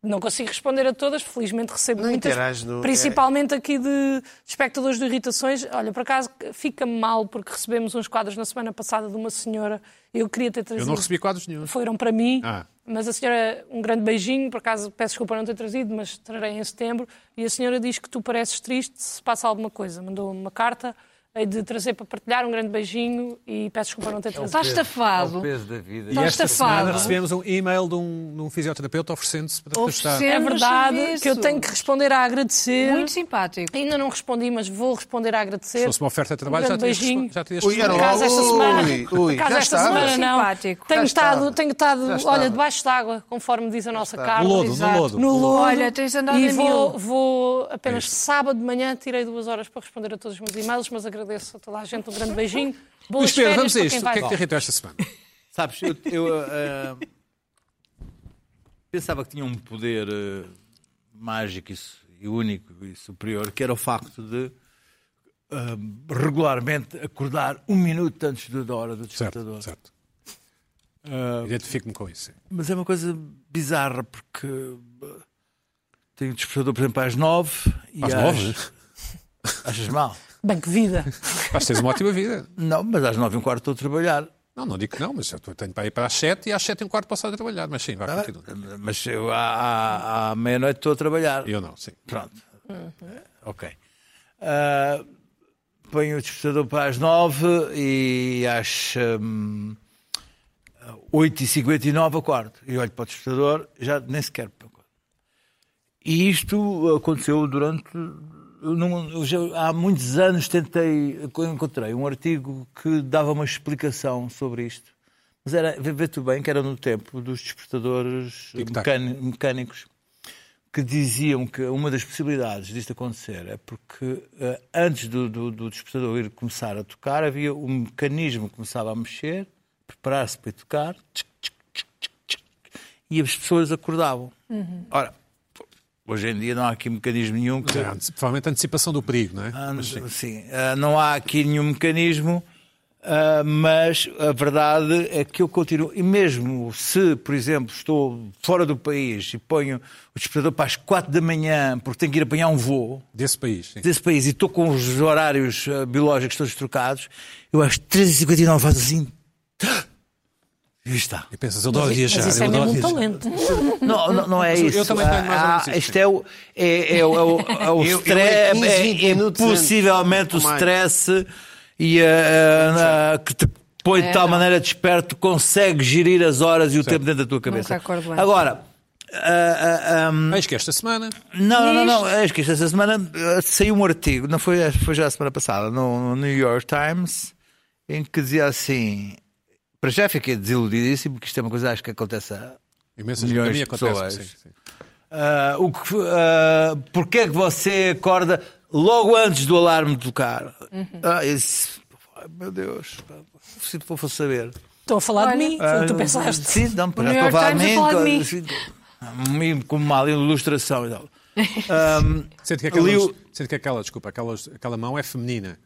Não consigo responder a todas, felizmente recebo Não muitas. interage no- Principalmente aqui de espectadores do Irritações. Olha, por acaso fica-me mal porque recebemos uns quadros na semana passada de uma senhora. Eu queria ter trazido. Eu não recebi quadros nenhum. Foram para mim. Ah. Mas a senhora, um grande beijinho, por acaso peço desculpa não ter trazido, mas trarei em setembro. E a senhora diz que tu pareces triste se passa alguma coisa. Mandou-me uma carta, hei de trazer para partilhar. Um grande beijinho e peço desculpa não ter trazido. Estás O estafado. peso da vida. E esta estafado. semana recebemos um e-mail de um, de um fisioterapeuta oferecendo-se para te ajudar. Oferecendo É verdade serviço. que eu tenho que responder a agradecer. Muito simpático. Ainda não respondi, mas vou responder a Se agradecer. fosse uma oferta de trabalho, já Um grande terias, beijinho. respo- já terias Ui, respondido. Por era acaso esta Ui, semana, ui, por acaso já esta estava. semana não. Simpático. Tenho Já estado, estava. tenho estado Já estava. olha, debaixo d'água, conforme diz a nossa Carla. No lodo, no Exato. lodo. No lodo. Olha, tens andado e em vou, mil. vou apenas sábado de manhã, tirei duas horas para responder a todos os meus e-mails, mas agradeço a toda a gente um grande beijinho. Boas Luís Pedro, férias vamos a para quem isto. O que é que vai. te irritou esta semana? Sabes, eu, eu, ah, pensava que tinha um poder ah, mágico e, su- e único e superior, que era o facto de ah, regularmente acordar um minuto antes da hora do Certo, despertador. certo. Identifico-me com isso. Mas é uma coisa bizarra, porque uh, tenho despertador, por exemplo, às nove. e Às nove? né? Achas mal? Bem, que vida. Acho que tens uma ótima vida. Não, mas às nove e um quarto estou a trabalhar. Não, não digo que não, mas eu tenho para ir para as sete e às sete e um quarto posso estar a trabalhar. Mas sim, vai, continua. Mas eu à, à- à meia-noite estou a trabalhar. Eu não, sim. Pronto. É, Ok. Ah, ponho o despertador para as nove e às hum, oito e cinquenta e nove acordo. E olho para o despertador, já nem sequer acordo. E isto aconteceu durante... eu não- eu já- há muitos anos tentei, encontrei um artigo que dava uma explicação sobre isto. Mas era, vê vê tu bem, que era no tempo dos despertadores Tic-tac. mecâni- mecânicos que diziam que uma das possibilidades disto acontecer é porque eh, antes do, do, do despertador ir começar a tocar, havia um mecanismo que começava a mexer, preparar-se para ir tocar, tchic, tchic, tchic, tchic, tchic, e as pessoas acordavam. Ora, pô, hoje em dia não há aqui mecanismo nenhum que. É, antes- provavelmente a antecipação do perigo, não é? Ah, sim, ah, não há aqui nenhum mecanismo, ah, mas a verdade é que eu continuo. E mesmo se, por exemplo, estou fora do país e ponho o despertador para as 4 da manhã porque tenho que ir apanhar um voo Desse país, sim. desse país e estou com os horários ah, biológicos todos trocados, eu às 13h59 faço assim. E está. E pensas, eu adoro viajar. Mas isso eu é adoro mesmo um viajar. talento. Não, não, não é Eu isso. também tenho mais ou Ah, menos isso. Isto é o, é, é, o- é o, é o Eu- eu em stress, 15, 20 é, é minutos antes. possivelmente o Mais. stress e ah, ah, que te põe de tal maneira desperto, consegue gerir as horas e o tempo dentro da tua cabeça. acordo antes. Agora, ah, ah, ah, Eis que esta semana, não, não, não, não. Acho que esta semana eh, saiu um artigo, não foi, foi já a semana passada, no, no New York Times, em que dizia assim. Para já fiquei desiludidíssimo, porque isto é uma coisa acho que acontece. a- imensas Milhões pandemias de acontecem. pessoas. sim, sim. Ah, o que, ah, porquê é que você acorda logo antes do alarme tocar? Uhum. Ah, esse- ai, meu Deus, pá, se eu fosse saber. Ah, Estão a falar Olha. de mim, foi o que Ah, tu pensaste. Sim, não, para O New já estou York a Times a falar de mim. de mim. Como mal, ilustração e tal. Ahm, Sendo que, aquela, Li o- sendo que aquela, desculpa, aquela, aquela mão é feminina.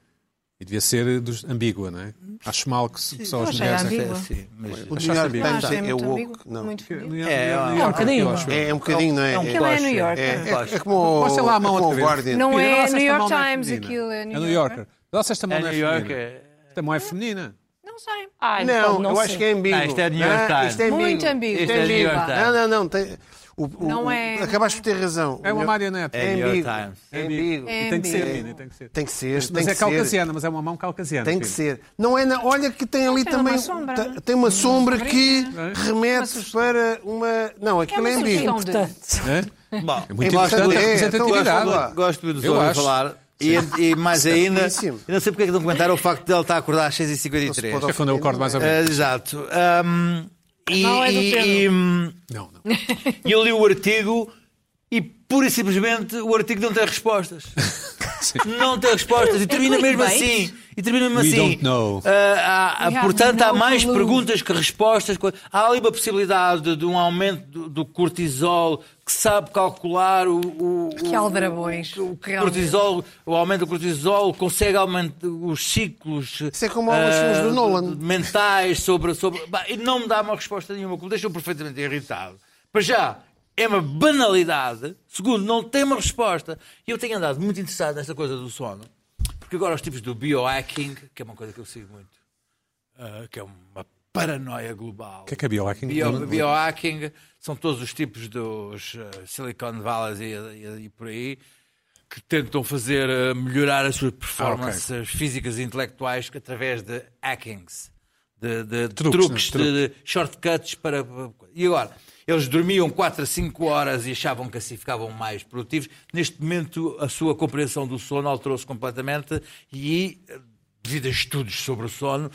E devia ser dos- ambígua, não é? Acho mal que, se- que só eu as achei mulheres. ambíguo. é assim, mas- O Achaste New York ambíguo? Times Não, acho que é, é muito ambíguo, woke. Não. um muito É, ambíguo. um é um Ah, bocadinho. É, é um bocadinho, não é? É um Também é Poxa, New York. É, não é? é, é como o, Mostra lá a mão é como outra o vez. Guardian. Não Pedro, é nossa, New esta York mão não é Times, feminina. aquilo é É New New Yorker. Yorker. Nossa, esta mão É não é New York. feminina. é- Esta mão é feminina. Não sei. Ai, Não, pode não eu ser. acho que é ambíguo. Ah, isto é New York Ah, Times. isto é Muito ambíguo. Isto é New York Times. Não, não, não. Tem, o, o, Não o- é- Acabaste por ter razão. É uma marioneta. É New York ambíguo. Times. É ambíguo. É E tem que ser ambíguo. menina, tem que ser. Tem que ser. tem Mas que é ser. caucasiana, mas é uma mão caucasiana. Tem que ser. Não é na- Olha que tem ali Tem também. uma sombra. ta- Tem uma sombra que remete para uma. Não, aquilo é uma ambíguo. sugestão. Portanto, É? Bom, É muito É importante bastante- a é, então representatividade. gosto lá. Gosto de nos Eu ouvir acho. falar. E, e mais ainda, eu Certíssimo. não sei porque é que não comentaram o facto de ele estar a acordar às 6h53. Não se é quando eu acordo mais ou menos. Eh, exato. Ahm, e, Não, é do e- Pedro. e, hum, Não, não. eu li o artigo e pura e simplesmente o artigo não tem respostas. Não tem respostas. E termina mesmo clickbait. assim. E termina mesmo We assim. don't know. Ah, há- há- We have portanto, há no mais clue. perguntas que respostas. Há ali uma possibilidade de, de um aumento do, do cortisol que sabe calcular o. o- Que o- aldrabões. O, é o cortisol, o aumento do cortisol consegue aumentar os ciclos. Isso é como alguns ah, filmes do Nolan. mentais sobre. sobre... Bah, e não me dá uma resposta nenhuma, que me deixa perfeitamente irritado. Para já, é uma banalidade. Segundo, não tem uma resposta. E eu tenho andado muito interessado nesta coisa do sono, porque agora os tipos do biohacking, que é uma coisa que eu sigo muito, ah, que é uma paranoia global. O que é que é biohacking? Bio- biohacking são todos os tipos dos eh, Silicon Valley e, e- e por aí que tentam fazer eh, melhorar as suas performances físicas e intelectuais que através de hackings, de, de Truques, truques, né? de, de shortcuts para. E agora? Eles dormiam 4 a 5 horas e achavam que assim ficavam mais produtivos. Neste momento, a sua compreensão do sono alterou-se completamente e, eh, devido a estudos sobre o sono,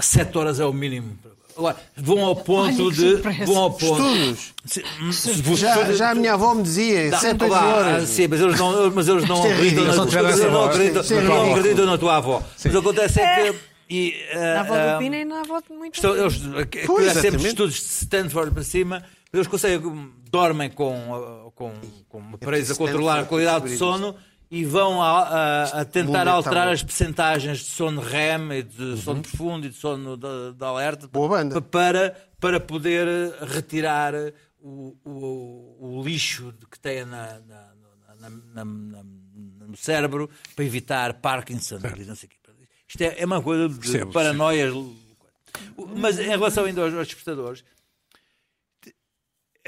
7 horas é o mínimo. Agora, vão ao ponto Olha que de. surpresa. Vão ao ponto. Estudos? Se- se- Já, se- já a minha avó me dizia, Dá- 7, 8 vá, horas. Sim, mas eles não, mas eles não Isto é acreditam ridículo. na- Eles não tiveram eles essa não voz. acreditam- Isto é não ridículo. acreditam na tua avó. Mas o que acontece é que. e, Na avó ah, do Pina e na avó de muito. Estão, eles, aquilo é sempre exatamente. estudos de Stanford para cima, mas eles conseguem, dormem com, ah, com, com uma Entre presa a Stanford é controlar a e qualidade do Curitiba. sono e vão a, a- a volume tentar está alterar bom. Uhum. as percentagens de sono REM e de sono profundo e de sono de, de alerta Boa banda. pa- para, para poder eh, retirar o, o- o lixo de- que tem na, na- na- na- na- na- no cérebro para evitar Parkinson. e não sei o quê. Isto é, é uma coisa de Percebo, paranoias. O- Mas em relação ainda aos, aos despertadores,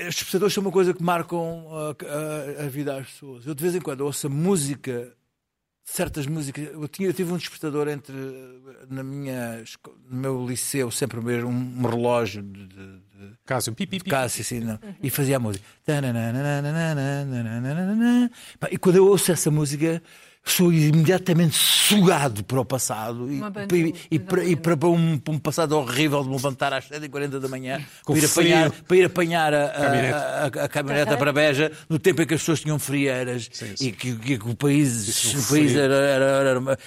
os despertadores são uma coisa que marcam uh, a, a- a vida às pessoas. Eu de vez em quando ouço a música, certas músicas. Eu, tinha, eu tive um despertador entre eh, na minha, esco- no meu liceu, sempre mesmo, um, um relógio de, de, de Cássio, pipi, pipi. Cássio, assim, não. E fazia a música. Tananana. Pá, E quando eu ouço essa música, sou imediatamente sugado para o passado e, Uma banda- e, e para, e para um, para um passado horrível de me levantar às 7h40 da manhã Com para ir frio. apanhar, para ir apanhar a, a, a, a caminhoneta para Beja no tempo em que as pessoas tinham frieiras e que, que- que o país, o país era, era, era uma-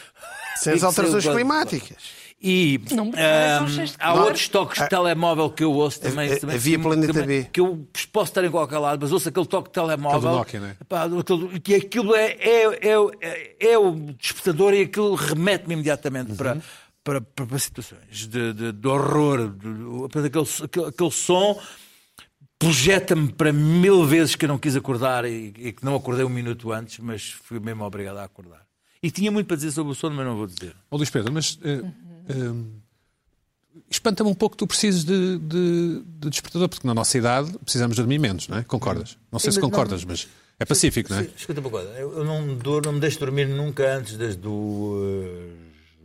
Sem um as alterações Quando- climáticas. e Não, hum, são cheios de há calor. outros toques Ah, de telemóvel que eu é, ouço também. havia também- havia Planeta também- B. Que eu posso estar em qualquer lado, mas ouço aquele toque de telemóvel. Aquele do Nokia, não é? Pá, aquele- que aquilo é, é, é, é- é o despertador e aquilo remete-me imediatamente para, Uhum. para, para, para situações de, de- de horror. de- de- portanto, aquele, aquele, aquele som projeta-me para mil vezes que eu não quis acordar e, e que não acordei um minuto antes, mas fui mesmo obrigado a acordar. E tinha muito para dizer sobre o sono, mas não vou dizer. Ó Luís Pedro, mas eh, eh, espanta-me um pouco que tu precises de, de- de despertador, porque na nossa idade precisamos dormir menos, não é? Concordas? Não sei Sim, se mas não- concordas, mas é pacífico, não é? Escuta uma coisa, eu eu não, dou, não me deixo dormir nunca antes das do.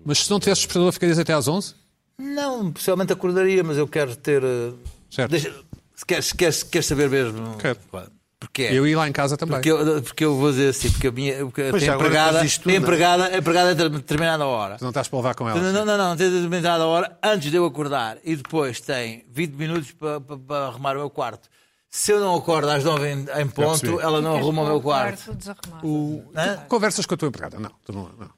Mas se não tivesse despertador, ficarias até às 11? Não, pessoalmente acordaria, mas eu quero ter. eh, Certo. deixa- se queres, queres, queres saber mesmo. Quero. pá, Porque é. Eu ia lá em casa também. porque, eu, porque eu vou dizer assim, porque a minha porque a Pois, tem agora empregada, fazes isto tudo, tem empregada, a empregada é de determinada hora. Tu Não estás para levar com ela. Não, não, não, não, tem determinada hora antes de eu acordar e depois tem 20 minutos para, para, para arrumar o meu quarto. Se eu não acordo às 9 em, em ponto, percebi. ela não arruma o meu quarto. desarrumado. O- Hã? tu conversas com a tua empregada? Não, tu não, não.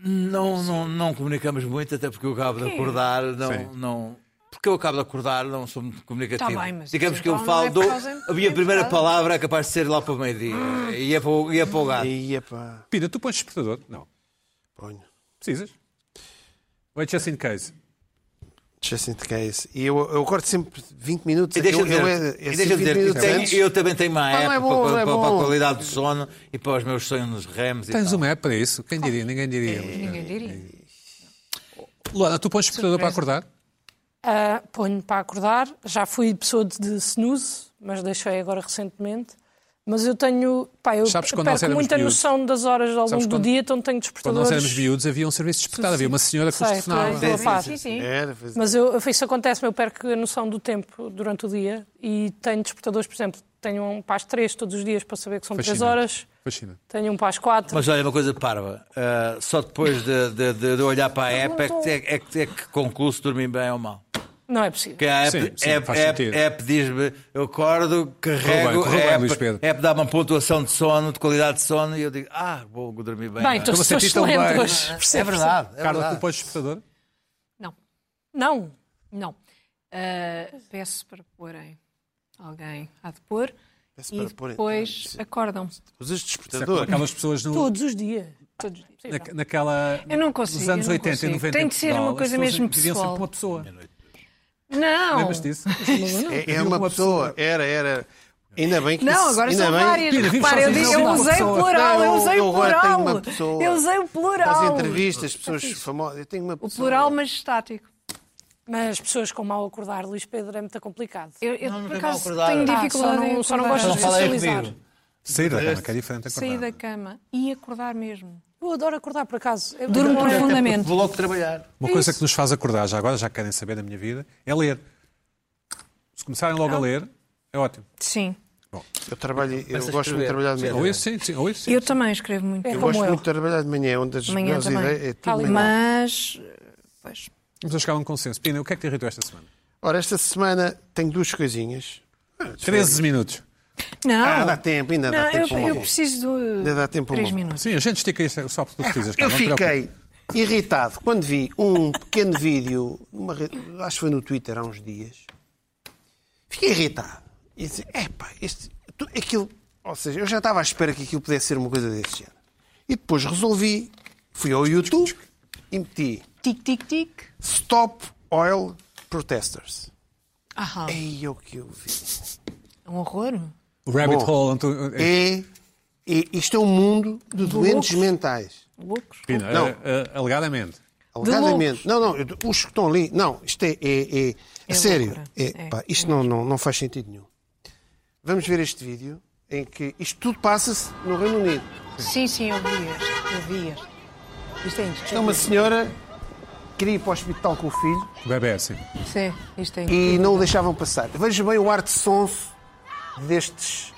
Não, não, não comunicamos muito, até porque eu acabo de acordar, não, Sim. não. Porque eu acabo de acordar, não sou muito comunicativo. Tá bem, mas Digamos que eu então não falo, é por dou- causa- a minha é por primeira causa. palavra é capaz de ser lá para o meio-dia. E é para o, e é para o gato. E é pá, Pira, tu pões despertador? Não. ponho. Precisas? Wait just in case. Just in case. E eu, eu acordo sempre 20 minutos. E deixa eu eu, dizer, eu, é- é e sempre deixa eu 20 dizer minutos tenho- antes. eu também tenho uma Ah, não app é bom, para, não é para- para a bom. qualidade do sono e para os meus sonhos nos REMs e Tens Então. um- tal. uma app para isso? Quem diria? Ninguém diria. Ninguém diria. Luana, tu pões despertador para acordar? Ah, ponho para acordar. Já fui pessoa de, de snooze, mas deixei agora recentemente. Mas eu tenho. Pá, eu Sabes quando nós perco éramos muita miúdos? noção das horas ao longo Sabes do quando- dia, então tenho Quando nós despertadores. éramos miúdos havia um serviço de despertar. Havia uma senhora que nos Sei, telefonava. claro. Sim, sim, sim. Era, fazia- Mas eu, eu- isso acontece, eu perco a noção do tempo durante o dia e tenho despertadores, por exemplo, tenho um para as três todos os dias para saber que são três Fascinante. horas, Fascina. tenho um para as quatro. Mas olha, uma coisa parva. ah, só depois de, de- de- de olhar para a app é que, é, que- é que concluo se dormi bem ou mal. Não é possível. Porque a app, Sim, sim, app- faz app- é sentido. app diz-me, eu acordo, carrego, Correu bem, correu bem, a app, Luís Pedro. a app dá uma pontuação de sono, de qualidade de sono, e eu digo, ah, vou dormir bem. Bem, então Estou não estou a estou sentir tão excelente bem. hoje. é? é percebes? verdade, é Carla, tu verdade. pões despertador? É Não, Não. não. Ah, é. peço para porem alguém a depor Peço e para porem- depois acordam. Usas Isso é como despertador. aquelas pessoas no, Todos os dias. Todos os dias. na- naquela. Eu não consigo, Nos anos eu não 80 e consigo. 90. em Tem de ser uma Portugal, as coisa pessoas mesmo viviam pessoal. sempre com uma pessoa. Não! Lembras disso? É, é Havia uma pessoa. Era, era. Ainda bem que Não, isso- agora ainda são bem- várias. Pina, vive Repara, eu, sozinho, disse- não eu dá uma usei o pessoa. plural, eu usei eu o agora tenho uma plural. pessoa. Eu usei o plural. Faz entrevistas, pessoas famosas. Eu tenho uma é O pessoa. plural, mas estático. Mas pessoas com mal acordar, Luís Pedro, é muito complicado. Eu, eu, não por tem acaso, mal acordar. tenho Ah, dificuldade só não- em só não acordar. Não gostas falei socializar. comigo. Sair da cama, que é diferente. Sair acordar. da cama e acordar mesmo. Eu adoro acordar, por acaso. Eu Durmo adoro. profundamente. Vou logo trabalhar. Uma coisa que nos faz acordar, já agora, já que querem saber da minha vida, é ler. Se começarem logo a ler, é ótimo. Sim. Eu trabalho, eu a gosto muito de escrever. trabalhar de Ou manhã. isso, sim, sim, ou isso. Sim. Eu também escrevo muito. É Eu como gosto eu. muito de trabalhar de manhã, onde as Amanhã minhas também. ideias é Tá tudo ligado. manhã. Mas, pois, Vamos a chegar a um consenso. Pina, o que é que te irritou esta semana? Ora, esta semana tenho duas coisinhas. Ah, 13 minutos. Não. Ah, dá tempo, ainda dá Não, tempo. eu, uma eu boa. preciso de Ainda dá tempo um a três uma. minutos. Sim, a gente estica isto só porque tu precisas. Eu Carla, não te preocupes. fiquei irritado quando vi um pequeno vídeo, numa re- acho que foi no Twitter há uns dias. Fiquei irritado. E disse, epá, este, tu- aquilo. Ou seja, eu já estava à espera que aquilo pudesse ser uma coisa desse género. E depois resolvi, fui ao YouTube e meti Tic, tic, tic. Stop Oil Protesters. Aham. Aí é o que eu vi. Ah, É um horror. Rabbit Bom, Hole, Anto- eh, É, é- isto é um mundo de doentes mentais. Loucos. Pina, não. eh, eh, alegadamente. Alegadamente. Não, não, eu- os que estão ali. Não, isto é. é, é- a É sério. loucura. É, É, pá, isto não, não, não faz sentido nenhum. Vamos ver este vídeo em que isto tudo passa-se no Reino Unido. Sim, sim, eu vi este. Eu vi este. Isto é Isto é indescritível. uma senhora que queria ir para o hospital com o filho O bebê, sim. Sim, isto é e não o deixavam passar. Veja bem o ar de sonso destes.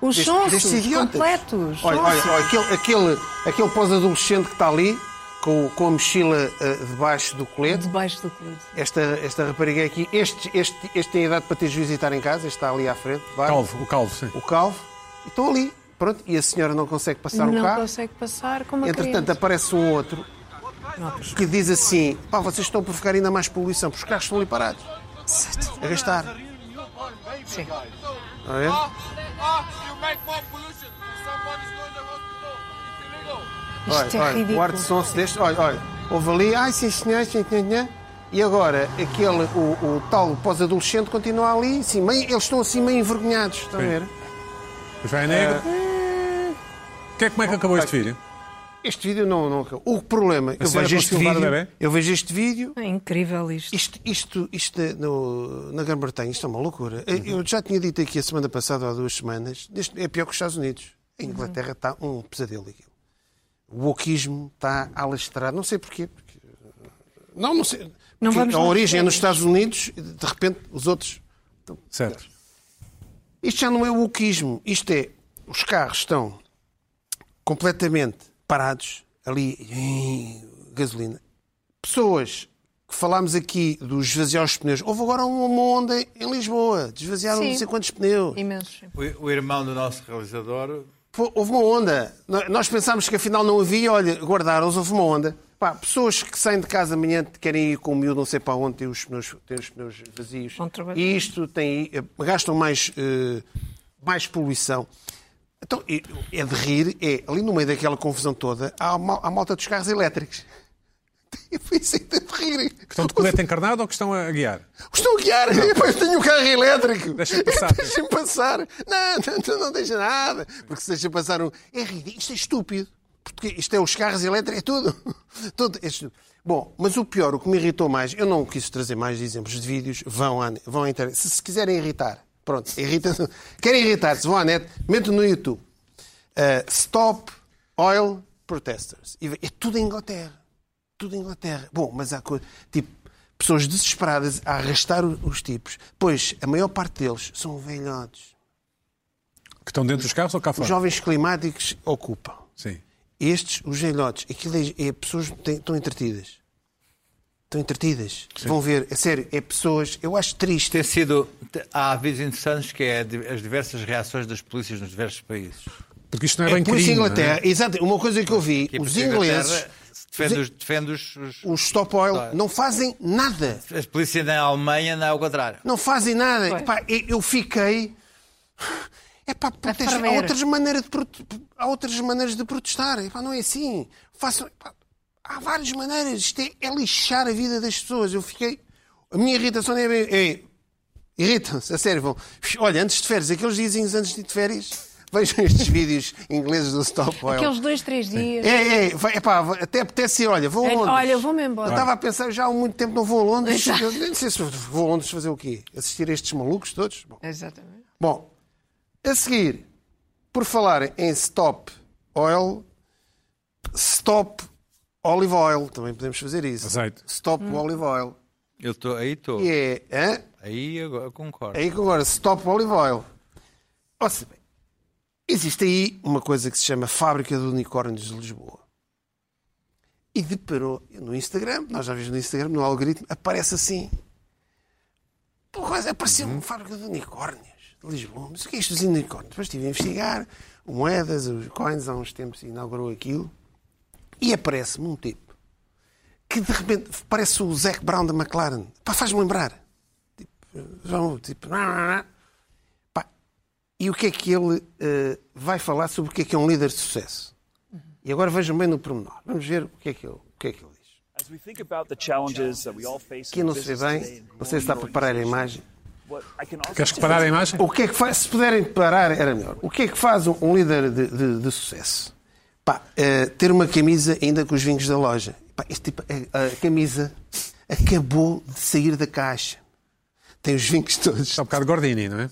Os destes, destes sonsos idiotas. completos. Olha, olha, Sonsos. olha, aquele, aquele, aquele pós-adolescente que está ali, com, com a mochila ah, debaixo do colete. Debaixo do colete. Esta, esta rapariga é aqui, este, este, este tem idade para ter visitar em casa, este está ali à frente, claro. Calvo, o calvo, sim. o calvo, e estão ali, pronto, e a senhora não consegue passar o Não carro. consegue passar como a Entretanto, criança. aparece um outro que diz assim: pá, vocês estão a provocar ainda mais poluição, porque os carros estão ali parados, a gastar. Sim. Está a ver? Ah, you make more pollution. Somebody's going to hospital. It's illegal. Isto é ridículo. o ar de som se deste, olha, olha, houve ali, ai sim senhor, sim, senhor, senhor. e agora aquele, o, o tal pós-adolescente continua ali, assim, meio- eles estão assim meio envergonhados, estão a ver? Já é negro. Eh. Que é, como é que acabou este vídeo? Este vídeo não, não acabou. O problema, eu senhora vejo, este conseguiu levar o vídeo, bebê? eu vejo este vídeo, É incrível isto. isto, isto, isto é no- na Grã-Bretanha, isto é uma loucura. Eu- Uhum. Eu já tinha dito aqui a semana passada, ou há duas semanas, neste- é pior que os Estados Unidos. A Uhum. Inglaterra está um pesadelo aquilo. O wokismo está alastrado, não sei porquê. Porque... Não, não sei. Não Porque vamos a lá origem é perceber. nos Estados Unidos, e de repente os outros Certo. isto já não é o wokismo. Isto é, os carros estão completamente parados, ali, em gasolina. Pessoas que falámos aqui dos esvaziar os pneus. Houve agora uma uma onda em Lisboa, de esvaziar Sim. não sei quantos pneus. Imensos. O, o irmão do nosso realizador. Pô, Houve uma onda. No- Nós pensámos que afinal não havia, olha, guardaram-os, houve uma onda. Pá, pessoas que saem de casa amanhã querem ir com o miúdo não sei para onde, têm os pneus, têm os pneus vazios. Vão trabalhar. E isto tem, eh, gastam mais, eh, mais poluição. Então, e- é de rir, é ali no meio daquela confusão toda, há a mal- a malta dos carros elétricos. E foi isso ainda de rir. Que estão de colete encarnado ou que estão a guiar? Estou a guiar, Epá, eu tenho um carro elétrico. Deixa-me passar. Deixa-me passar. Não, não, não, não deixa nada. Porque se deixa passar um. É ridículo, isto é estúpido. Porque isto é os carros elétricos, é tudo. tudo é estúpido. Bom, mas o pior, o que me irritou mais, eu não quis trazer mais exemplos de vídeos, vão à, vão à internet. Se, se quiserem irritar, pronto, irritam Querem irritar-se, vão à net, metam no YouTube. Ah, stop Oil Protesters. E ve- é tudo em Inglaterra tudo em Inglaterra. Bom, mas há coisa, tipo, pessoas desesperadas a arrastar o- os tipos, pois a maior parte deles são velhotes. Que estão dentro dos carros ou cá fora? Os jovens climáticos ocupam. Sim. Estes, os velhotes, aquilo é, é pessoas que têm- estão entretidas. Estão entretidas. Vão ver, é sério, é pessoas, eu acho triste. Tem sido. te- Há vídeos interessantes que é di- as diversas reações das polícias nos diversos países. Porque isto não é bem Por isso, crime, não é? Inglaterra, exato, uma coisa que eu vi, Que é os porque a Inglaterra ingleses, se Defende, os, defende os, os- os stop oil, não fazem nada. As polícias na Alemanha não é o contrário. Não fazem nada. Epá, eu eu fiquei. Epá, protesta- há, ferver. outras maneiras de prote- há outras maneiras de protestar. Epá, não é assim. Façam... epá, há várias maneiras. Isto é, é lixar a vida das pessoas. Eu fiquei. A minha irritação é. bem- é... Irritam-se, a sério. Vão. Olha, antes de férias, aqueles diazinhos antes de ir de férias, vejam estes vídeos ingleses do Stop Oil. Aqueles dois, três dias. É, é, vai, epá, vai- até apetece ir, olha, vou a É, Londres. olha, vou-me embora. Eu estava a pensar, já há muito tempo não vou a Londres. Exato. Eu nem sei se vou a Londres fazer o quê? Assistir a estes malucos todos? Bom, Exatamente. bom, a seguir, por falar em Stop Oil, Stop Olive Oil, também podemos fazer isso. Azeite. Stop Olive Oil. Eu estou aí, estou. E é, hã? Aí eu, eu concordo. É Aí que agora, stop olive oil. Ou seja, existe aí uma coisa que se chama Fábrica de Unicórnios de Lisboa. E deparou no Instagram, nós já vimos no Instagram, no algoritmo, aparece assim. Pô, quase apareceu uma fábrica de unicórnios de Lisboa. Mas o que é isto dos unicórnios? Depois estive a investigar, o moedas, os coins, há uns tempos inaugurou aquilo. E aparece-me um tipo que de repente parece o Zac Brown da McLaren. Pá, faz-me lembrar. João, tipo, "Não, não, não." Pá, e o que é que ele eh, vai falar sobre o que é que é um líder de sucesso? E agora vejam bem no pormenor. Vamos ver o que é que ele, o que é que ele diz. As we think about the challenges that we all face Aqui in não se vê business today bem. and Não sei se growing dá para parar a organizations, imagem. what I can also Queres que say parar a is imagem? O que é que faz? Se puderem parar, era melhor. O que é que faz um- um líder de, de- de sucesso? Pá, eh, ter uma camisa ainda com os vinhos da loja. Pá, este tipo, a, a camisa acabou de sair da caixa. Tem os vinhos todos. Está um bocado gordini, não é?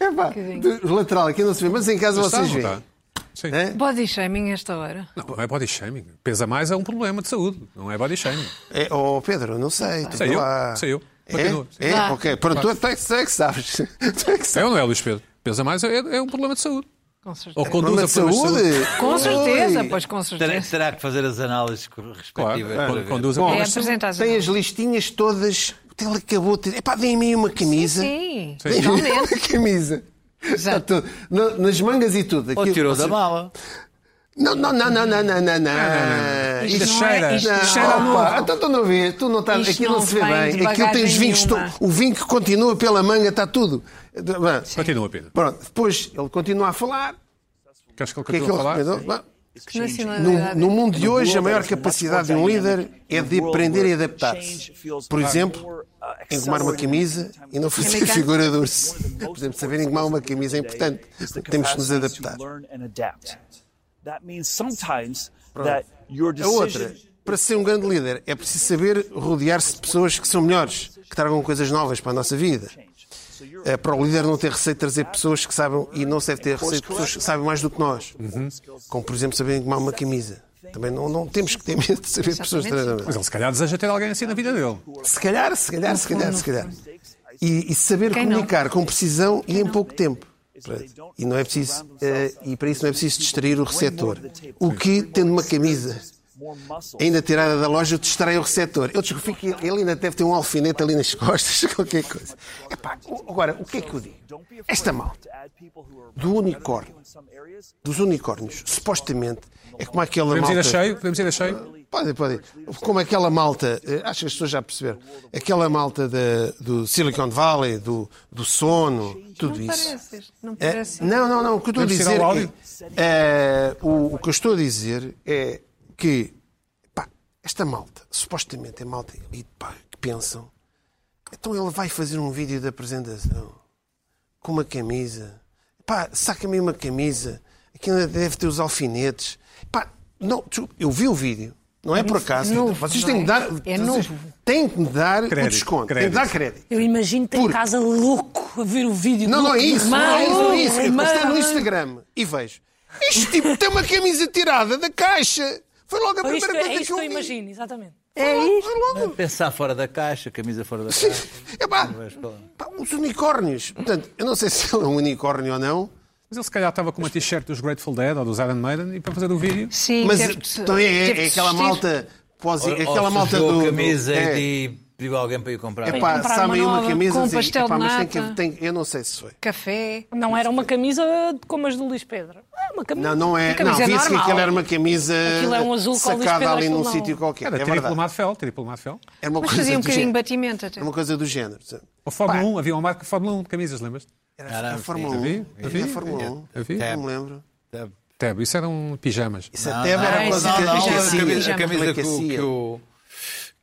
É pá, de- lateral aqui não se vê, mas tá? em casa Está, vocês Né? não veem. está? tá? Sim. Hã? Body shaming esta hora. Não, não é body shaming. Pesa mais é um problema de saúde. Não é body shaming. É, oh, Pedro, não sei. tu Sei vê eu, lá. sei eu. Continua. É? é? Vá. Ok. Pronto, tu, é que- tu é que sabes. Tu é que É sabes. ou não é, Luís Pedro? Pesa mais é, é um problema de saúde. Com certeza. Ou conduz É um Problema um a de problemas de saúde. saúde. Com certeza, Ui. pois com Terá, certeza. terá que fazer as análises respectivas. Claro, para con- ver. conduz a Bom, É problemas de saúde. apresentar as Tem as listinhas todas. Ele acabou de. Epá, dê-me aí uma camisa. Sim, Dê-me aí uma camisa. Está tudo. Na- Nas mangas e tudo. Ou Aquilo- tirou da mala. Não, não, não, não, não, não, não, não. Isto não é- cheira, isto não- cheira a novo. Opa, então tu não vês, tu não estás, Isto aquilo não, não se vê vem de bem, aquilo tem bagagem os vinhos, nenhuma. to- o vinho que continua pela manga está tudo. Continua, Pedro. Pronto, depois ele continua a falar, Queres que ele o que é continue que ele a falar? recomendou? it's Que changing. No, nacionalidade. no mundo de hoje, a maior Much more capacidade de um líder dynamic. é de No world aprender e where adaptar-se. change feels Por exemplo, more, uh, em tomar uma accelerating camisa time e não fazer Americano. figura de urso. Por exemplo, saberem tomar uma camisa é importante. is the Temos que nos capacity to adaptar. learn and adapt. That means sometimes that your A outra, decision para ser um grande líder, é preciso saber rodear-se de pessoas que são melhores, que tragam coisas novas para a nossa vida. So you're É para o líder não ter receio de trazer pessoas que sabem, e não se deve ter receio de pessoas que sabem mais do que nós. Uhum. Como, por exemplo, saberem tomar uma camisa. Também não, não temos que ter medo de saber pessoas que tragam. Mas ele se calhar deseja ter alguém assim na vida dele. Se calhar, se calhar, se calhar, se calhar. E, e saber Quem não? comunicar com precisão e em pouco tempo. Pronto. E, não é preciso, eh, e para isso não é preciso distrair o receptor. O que, tendo uma camisa more muscle. ainda tirada da loja, distrai o receptor. Eu desconfio que ele ainda deve ter um alfinete ali nas costas, qualquer coisa. Epá, o- agora, o que é que eu digo? Don't be afraid Esta malta to add people who are do unicórnio, in some areas dos unicórnios, supostamente, é como aquela Podemos ir a malta... cheio? Podemos ir a cheio? Pode, pode. Como aquela malta, eh, acho que as pessoas já perceberam, aquela malta da- do Silicon Valley, do, do sono, tudo Não isso. parece, não Eh, parece. não, não, não. O que eu estou a Podemos tirar dizer o é, áudio? eh, o, o que eu estou a dizer é que pá, esta malta, supostamente é malta elite, pá, que pensam. Então ele vai fazer um vídeo de apresentação com uma camisa. Pá, saca-me uma camisa. Aqui ainda deve ter os alfinetes. Pá, não, desculpa, eu vi o vídeo. Não é por acaso. novo, Vocês não têm é? que dar. É vocês novo. Têm que me dar o Crédito, desconto. crédito. Têm que dar crédito. Eu imagino-te em Porque- casa louco a ver o vídeo Não, do não é isso. Não é irmão, isso. Não é isso. Eu irmã. postei no Instagram e vejo. Este tipo tem uma camisa tirada da caixa. Foi logo a Foi isto, primeira é coisa isto que que eu eu vi. imagino, exatamente. É isso. Pensar fora da caixa, camisa fora da caixa. Epá, vejo qual é. pá, os unicórnios. Portanto, eu não sei se ele é um unicórnio ou não, Mas ele se calhar estava com uma t-shirt dos Grateful Dead ou dos Iron Maiden e para fazer o vídeo. Sim, mas teve de- então é, é- teve é de aquela desistir. malta. Pós, Ou- aquela ou malta sujou do. a camisa é. e pediu alguém para ir comprar. Epá, comprar sabe uma aí uma nova, camisa com um assim, pastel de epá, mas tem que, nata. tem, eu não sei se foi. Café. Não era uma camisa como as do Luís Pedro. É uma camisa. Não, não é. Uma camisa não, vi-se que normal. aquilo era uma camisa Aquilo é um azul com a luz sacada pela ali num aquilo não. sítio qualquer. Era é triplo verdade. Madfel, triplo Madfel. Era uma Mas coisa é. fazia um do bocadinho de género. batimento até. Era uma coisa do género. sabe? Ou Fórmula 1, havia uma marca Fórmula 1 de camisas, lembras-te? Era a Era, Fórmula sim. Eu 1. vi, Era eu a vi. Fórmula 1. Eu vi. Não me lembro. Teb, isso eram pijamas. Isso até era não, quase não, assim, que não, aquecia. era a pijama. camisa que, o- Aquecia. que o,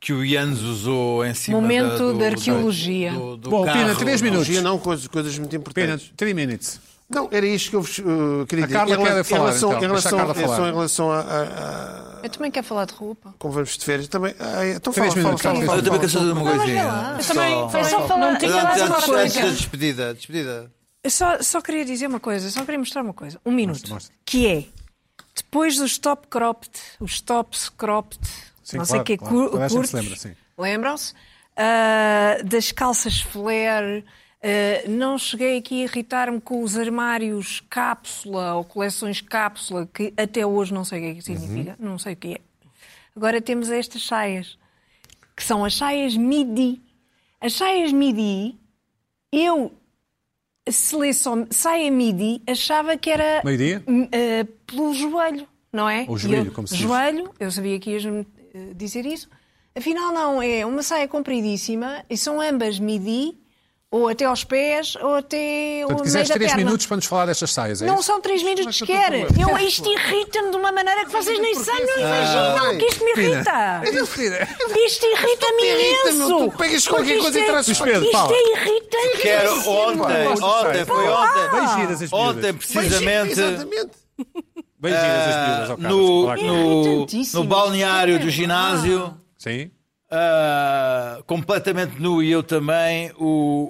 que o Ians usou em cima Momento da, do, de arqueologia. Do, do Bom, carro. Pina, três Não, minutos. hoje não, coisas, coisas muito Pina, importantes. 3 minutes. Não, era isto que eu vos uh, queria A dizer. Carla Em rela- quer em falar, relação, então. em Deixa a relação, Carla em relação, falar. em relação a, a, a- Eu também quero falar de roupa. como vamos de férias, também. Ah, então Três fala, fala, minutos, fala, Carla. fala, Eu também quero fala. saber de uma coisinha. Eu também, foi só falar. Não, Não, tem que não, falar de não, uma não, Antes não, da não. coisa. despedida, despedida. Eu só, só queria dizer uma coisa, só queria mostrar uma coisa. Um minuto. mostra. Que é, depois dos top cropped, os tops cropped, Sim, não sei claro, o que, claro. Toda a gente se lembra, sim. Lembram-se? Ah, das calças flare. ah, não cheguei aqui a irritar-me com os armários cápsula ou coleções cápsula, que até hoje não sei o que é que Uhum. significa, não sei o que é. Agora temos estas saias, que são as saias midi. As saias midi, eu seleção saia midi, achava que era Meio-dia? m- eh, pelo joelho, não é? Ou joelho, eu, como se diz. Joelho, eu sabia que ias-me eh, dizer isso. Afinal, não, é uma saia compridíssima e são ambas midi, Ou até aos pés, ou até o Portanto, meio quiseres da três perna. minutos para nos falar destas saias, é Não isso? são três minutos sequer. Eu, isto irrita-me de uma maneira que vocês nem sabem, não Ah. imaginam que isto me irrita. Isto irrita-me irrita, meu, imenso. tu pegas qualquer Porque coisa e isto é- trazes para- Isto Paulo. é irritante. Quero ontem, ontem, foi ontem. Bem giras as Ontem, miúdas. precisamente, Exatamente. Bem giras as miúdas, ao Carlos, Ah, no, para falar com- no, Irritantíssimo. no balneário do ginásio, Sim? ah, completamente nu e eu também,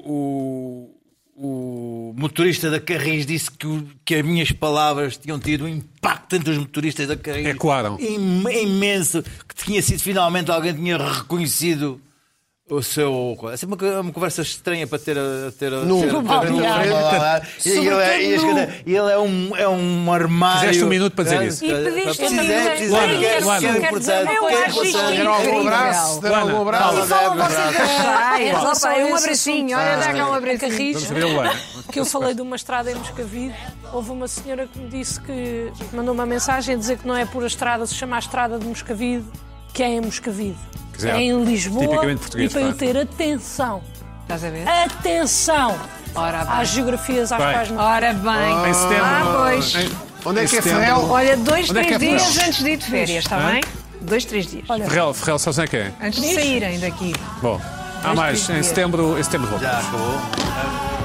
o, o, o motorista da Carris disse que, o- que as minhas palavras tinham tido um impacto entre os motoristas da Carris. Ecoaram. Im- imenso, que tinha sido finalmente alguém tinha reconhecido o seu. É sempre uma, co- uma conversa estranha para ter a. Ter a Num- ter, num ter- balneário. blá, blá, blá. E ele é, e as Sobretudo coisas- e ele é um, é um armário. Ah, Fizeste um minuto para dizer isso. E pediste Precisa- também- precisa- Sim, precisa- sim, quer- sim, quer- sim, quer- sim, quer- eu quer- acho isto quer- Deram algum Incrível. abraço, deram Luana, algum abraço. E falam Verdade. vocês das praias. Em relação Opa, a Um esse abracinho, assunto, Ah, olha, dá cá um é a abracinho. Carris, Vamos ver o ano. que eu falei de uma estrada em Moscavide, houve uma senhora que me disse que mandou uma mensagem a dizer que não é por a estrada, se chama a estrada de Moscavide, que é em Moscavide. dizer, é em Lisboa tipicamente e português, para eu pá. ter atenção, Estás a ver? aténção Ora às bem. geografias às Bem. quais não. Ora bem. Em setembro. Ah, pois. Em- Onde é em que é setembro. Ferrel? Olha, dois, Onde é que três é Portugal? dias antes de ir de férias, está Hã? bem? Dois, três dias. Ferrel, Ferrel, sabes onde é que é? Antes de saírem daqui. Bom, há mais. Em setembro, em setembro volta. Já acabou.